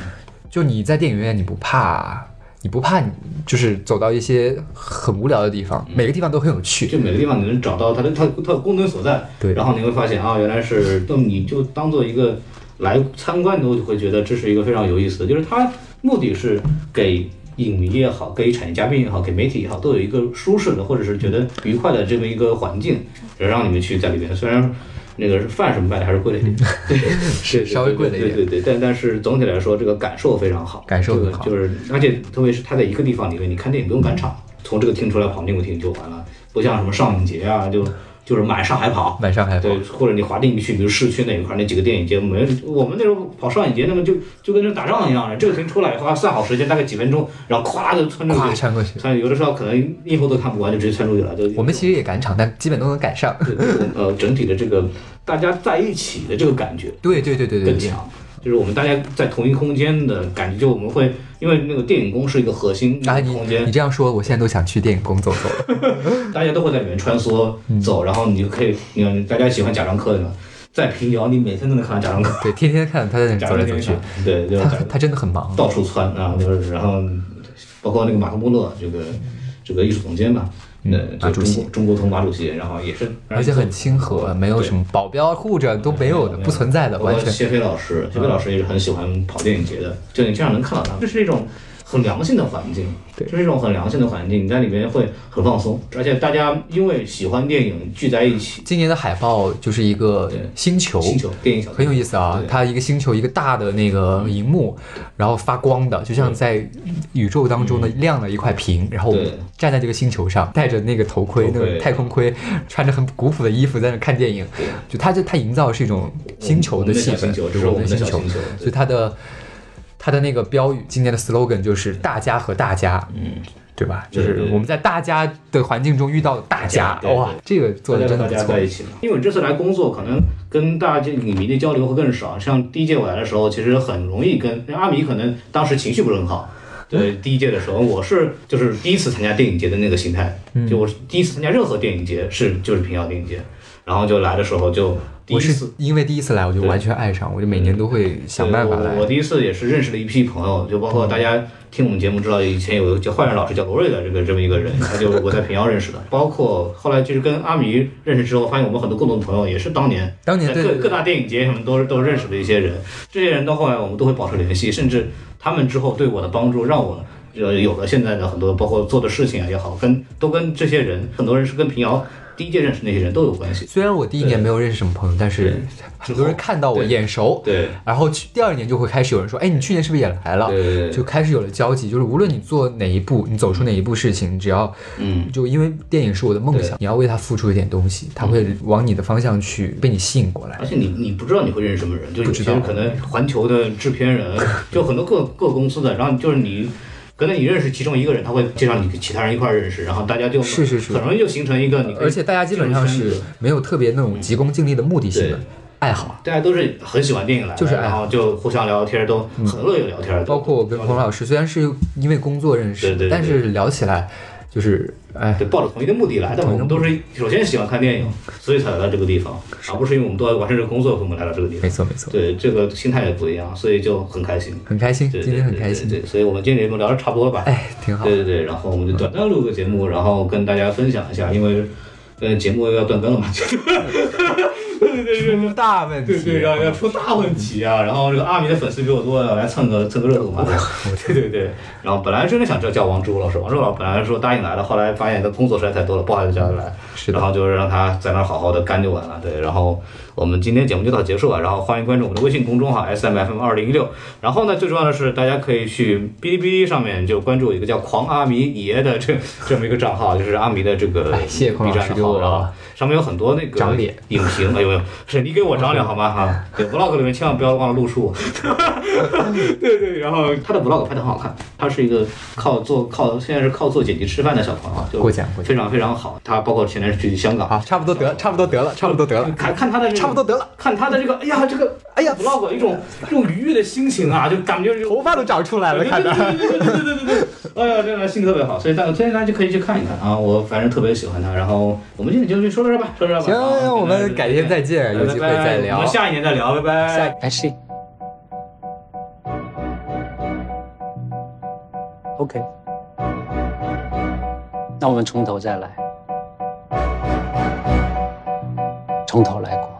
S5: 就你在电影院，你不怕，你不怕，你就是走到一些很无聊的地
S4: 嗯
S5: 方，每个地方都很有趣。
S4: 就每个地方你能找到它的它它的功能所在，
S5: 对
S4: 然后你会发现啊，原来是那么你就当做一个来参观的，我就会觉得这是一个非常有意思的，就是它目的是给影迷也好，给产业嘉宾也好，给媒体也好，都有一个舒适的或者是觉得愉快的这么一个环境，然后让你们去在里面，虽然。那个饭什么卖的还是贵了 一点，对，是是
S5: 稍微贵了一点
S4: 对对对，但但是总体来说，这个感受非常好，
S5: 感受
S4: 这个
S5: 很好
S4: 就是而且特别是它在一个地方里面，你看电影不用赶场，从这个厅出来跑那个厅就完了，不像什么上影节啊，就就是满上海跑，
S5: 晚上还
S4: 对，或者你划定区，比如市区那一块儿那几个电影节目，没人我们那时候跑上影节，那个就就跟那打仗一样的，这个厅出来的话，算好时间大概几分钟，然后咵就窜出
S5: 咵
S4: 去，
S5: 穿过去。
S4: 窜有的时候可能一后都看不完，就直接窜出去了。就
S5: 我们其实也赶场，但基本都能赶上。
S4: 对对对呃整体的这个大家在一起的这个感觉，
S5: 对对对对对
S4: 更
S5: 对，
S4: 强。就是我们大家在同一空间的感觉，就我们会因为那个电影宫是一个核心
S5: 啊，
S4: 那个
S5: 你
S4: 空间
S5: 你，这样说，我现在都想去电影 宫走走了。
S4: 大家都会在里面穿梭
S5: 嗯
S4: 走，然后你就可以，你看大家喜欢贾樟柯的嘛，在平遥你每天都能看到贾樟柯，
S5: 对，天天看他在那
S4: 贾
S5: 走
S4: 樟
S5: 来
S4: 柯
S5: 走去，，
S4: 对，就是
S5: 他
S4: 贾
S5: 他真的很忙。
S4: 到处窜啊，就是然后包括那个马克穆勒这个这个艺术总监吧，呃，
S5: 嗯马主席
S4: 就中国中国通马主席，然后也是，
S5: 而且很亲和，没有什么保镖护着都没有的，不存在的，
S4: 包括
S5: 完全嗯
S4: 谢飞老师，谢飞老师也是很喜欢跑电影节的，就你这样能看到他，这是一种很良性的环境，
S5: 对
S4: 这是一种很良性的环境，你在里面会很放松，而且大家因为喜欢电影聚在一起，
S5: 今年的海报就是一个
S4: 对
S5: 星球，
S4: 星球电影小
S5: 很有意思啊
S4: 对！
S5: 它一个星球，一个大的那个荧幕，然后发光的，就像在宇宙当中的亮了一块屏。然后我们
S4: 对
S5: 站在这个星球上，戴着那个头盔，
S4: 头
S5: 那
S4: 盔
S5: 个太空盔，穿着很古朴的衣服，在那看电影。就它就它营造是一种星球的气
S4: 我
S5: 氛
S4: 们的小星球，
S5: 这
S4: 这是我们的
S5: 星
S4: 小星球对
S5: 所以它的它的那个标语，今年的 slogan 就是“大家和大家”。嗯。对吧？就
S4: 对
S5: 是
S4: 对对
S5: 我们在大家的环境中遇到的大家，
S4: 对对
S5: 哇，这个做的真的不
S4: 大家
S5: 错
S4: 在。一起嘛。因为我这次来工作，可能跟大家影迷的交流会更少。像第一届我来的时候，其实很容易跟阿米，可能当时情绪不是很好。对，
S5: 嗯
S4: 第一届的时候，我是就是第一次参加电影节的那个形态，
S5: 嗯
S4: 就我是第一次参加任何电影节是就是平遥电影节，然后就来的时候就第一
S5: 我
S4: 次
S5: 是因为第一次来，我就完全爱上，我就每年都会想办法
S4: 对
S5: 来
S4: 我。我第一次也是认识了一批朋友，就包括大家听我们节目知道，以前有个叫坏人老师叫罗瑞的这个这么一个 人，他就是我在平遥认识的。包括后来就是跟阿迷认识之后，发现我们很多共同的朋友也是当年
S5: 当年
S4: 在
S5: 对
S4: 各
S5: 对对
S4: 各大电影节什么都都认识的一些人。这些人到后来我们都会保持联系，甚至他们之后对我的帮助，让我。呃，有了现在的很多，包括做的事情啊也好，跟都跟这些人，很多人是跟平遥第一届认识那些人都有关系。
S5: 虽然我第一年没有认识什么朋友，但是很多人看到我眼熟，
S4: 对
S5: 然后去第二年就会开始有人说，哎，你去年是不是也来了？
S4: 对对对
S5: 就开始有了交集。就是无论你做哪一步，你走出哪一步事情，只要，
S4: 嗯
S5: 就因为电影是我的梦想，你要为它付出一点东西，它
S4: 嗯
S5: 会往你的方向去被你吸引过来
S4: 而。且你你不知道你会认识什么人，就有
S5: 不知
S4: 些人
S5: 道
S4: 可能环球的制片人，就很多各各公司的，然后就是你。可能你认识其中一个人，他会介绍你给其他人一块儿认识，然后大家就是
S5: 是是
S4: 很容易就形成一个你可以
S5: 而且大家基本上
S4: 进入
S5: 是
S4: 圈子
S5: 没有特别那种急功近利的目的性的
S4: 对
S5: 爱好。
S4: 大家都是很喜欢电影来的，
S5: 就是爱嗯
S4: 然后就互相聊聊天，都很乐意聊天。
S5: 包括我跟彭老师，虽然是因为工作认识
S4: 对对对
S5: 的，但是聊起来就是，哎，
S4: 对抱着同一个目的来的嘛，我们都是首先喜欢看
S5: 嗯
S4: 电影，所以才来到这个地方，而不是因为我们都要完成这个工作，我们来到这个地方。
S5: 没错没错，
S4: 对，这个心态也不一样，所以就很开心。
S5: 很开心，
S4: 对，
S5: 今天很开
S4: 对
S5: 心，
S4: 对对，对所以我们今天节目聊的差不多吧。
S5: 哎，挺好
S4: 对。对对，然后我们就短暂录个节目，然后跟大家分享一下，因为呃节目要断更了嘛，就
S5: 出大问
S4: 对对，要要出大问题啊！然后这个阿米的粉丝比我多，啊来蹭个蹭个热度嘛。 对对对，然后本来真的想叫叫王朱老师，王朱老师本来说答应来了，后来发现他工作实在太多了，不好意思叫他来，
S5: 是的
S4: 然后就是让他在那儿好好的干就完了。对，然后我们今天节目就到结束了，啊然后欢迎关注我们的微信公众号 S M F M 二零一六。然后呢，最重要的是大家可以去哔哩哔哩上面就关注一个叫“狂阿米爷”的这这么一个账号，就是阿米的这个
S5: 哎谢谢孔
S4: B
S5: 老师
S4: 站
S5: 给
S4: 的号，啊
S5: 我
S4: 然后上面有很多那个
S5: 长脸
S4: 影评，哎呦呦，是你给我长脸好吗？哈，对 vlog 里面千万不要忘了录 数。对对，然后他的 vlog 拍的很好看，他是一个靠做靠现在是靠做剪辑吃饭的小朋友，就
S5: 过奖过奖
S4: 非常非常好。他包括前段时间去香港，
S5: 好，差不多得，差不多得了，差不多得了，
S4: 看看他的这个
S5: 差不多得了，
S4: 看他的这个，哎呀，这个
S5: 哎呀
S4: vlog 一种一种愉悦的心情啊，就感觉就
S5: 头发都长出来了，看
S4: 对
S5: 的。
S4: 对对对对对对对，哎呀，真的性特别好，所以大所以大家就可以去看一看啊，我反正特别喜欢他。然后我们今天就说到这儿吧，说到这儿吧。
S5: 行
S4: 啊，
S5: 我们改天再见，有机会再
S4: 拜拜我
S5: 聊
S4: 们。下一年再聊，拜拜。
S5: 下
S1: 来是，OK，那我们从头再来，从头来过。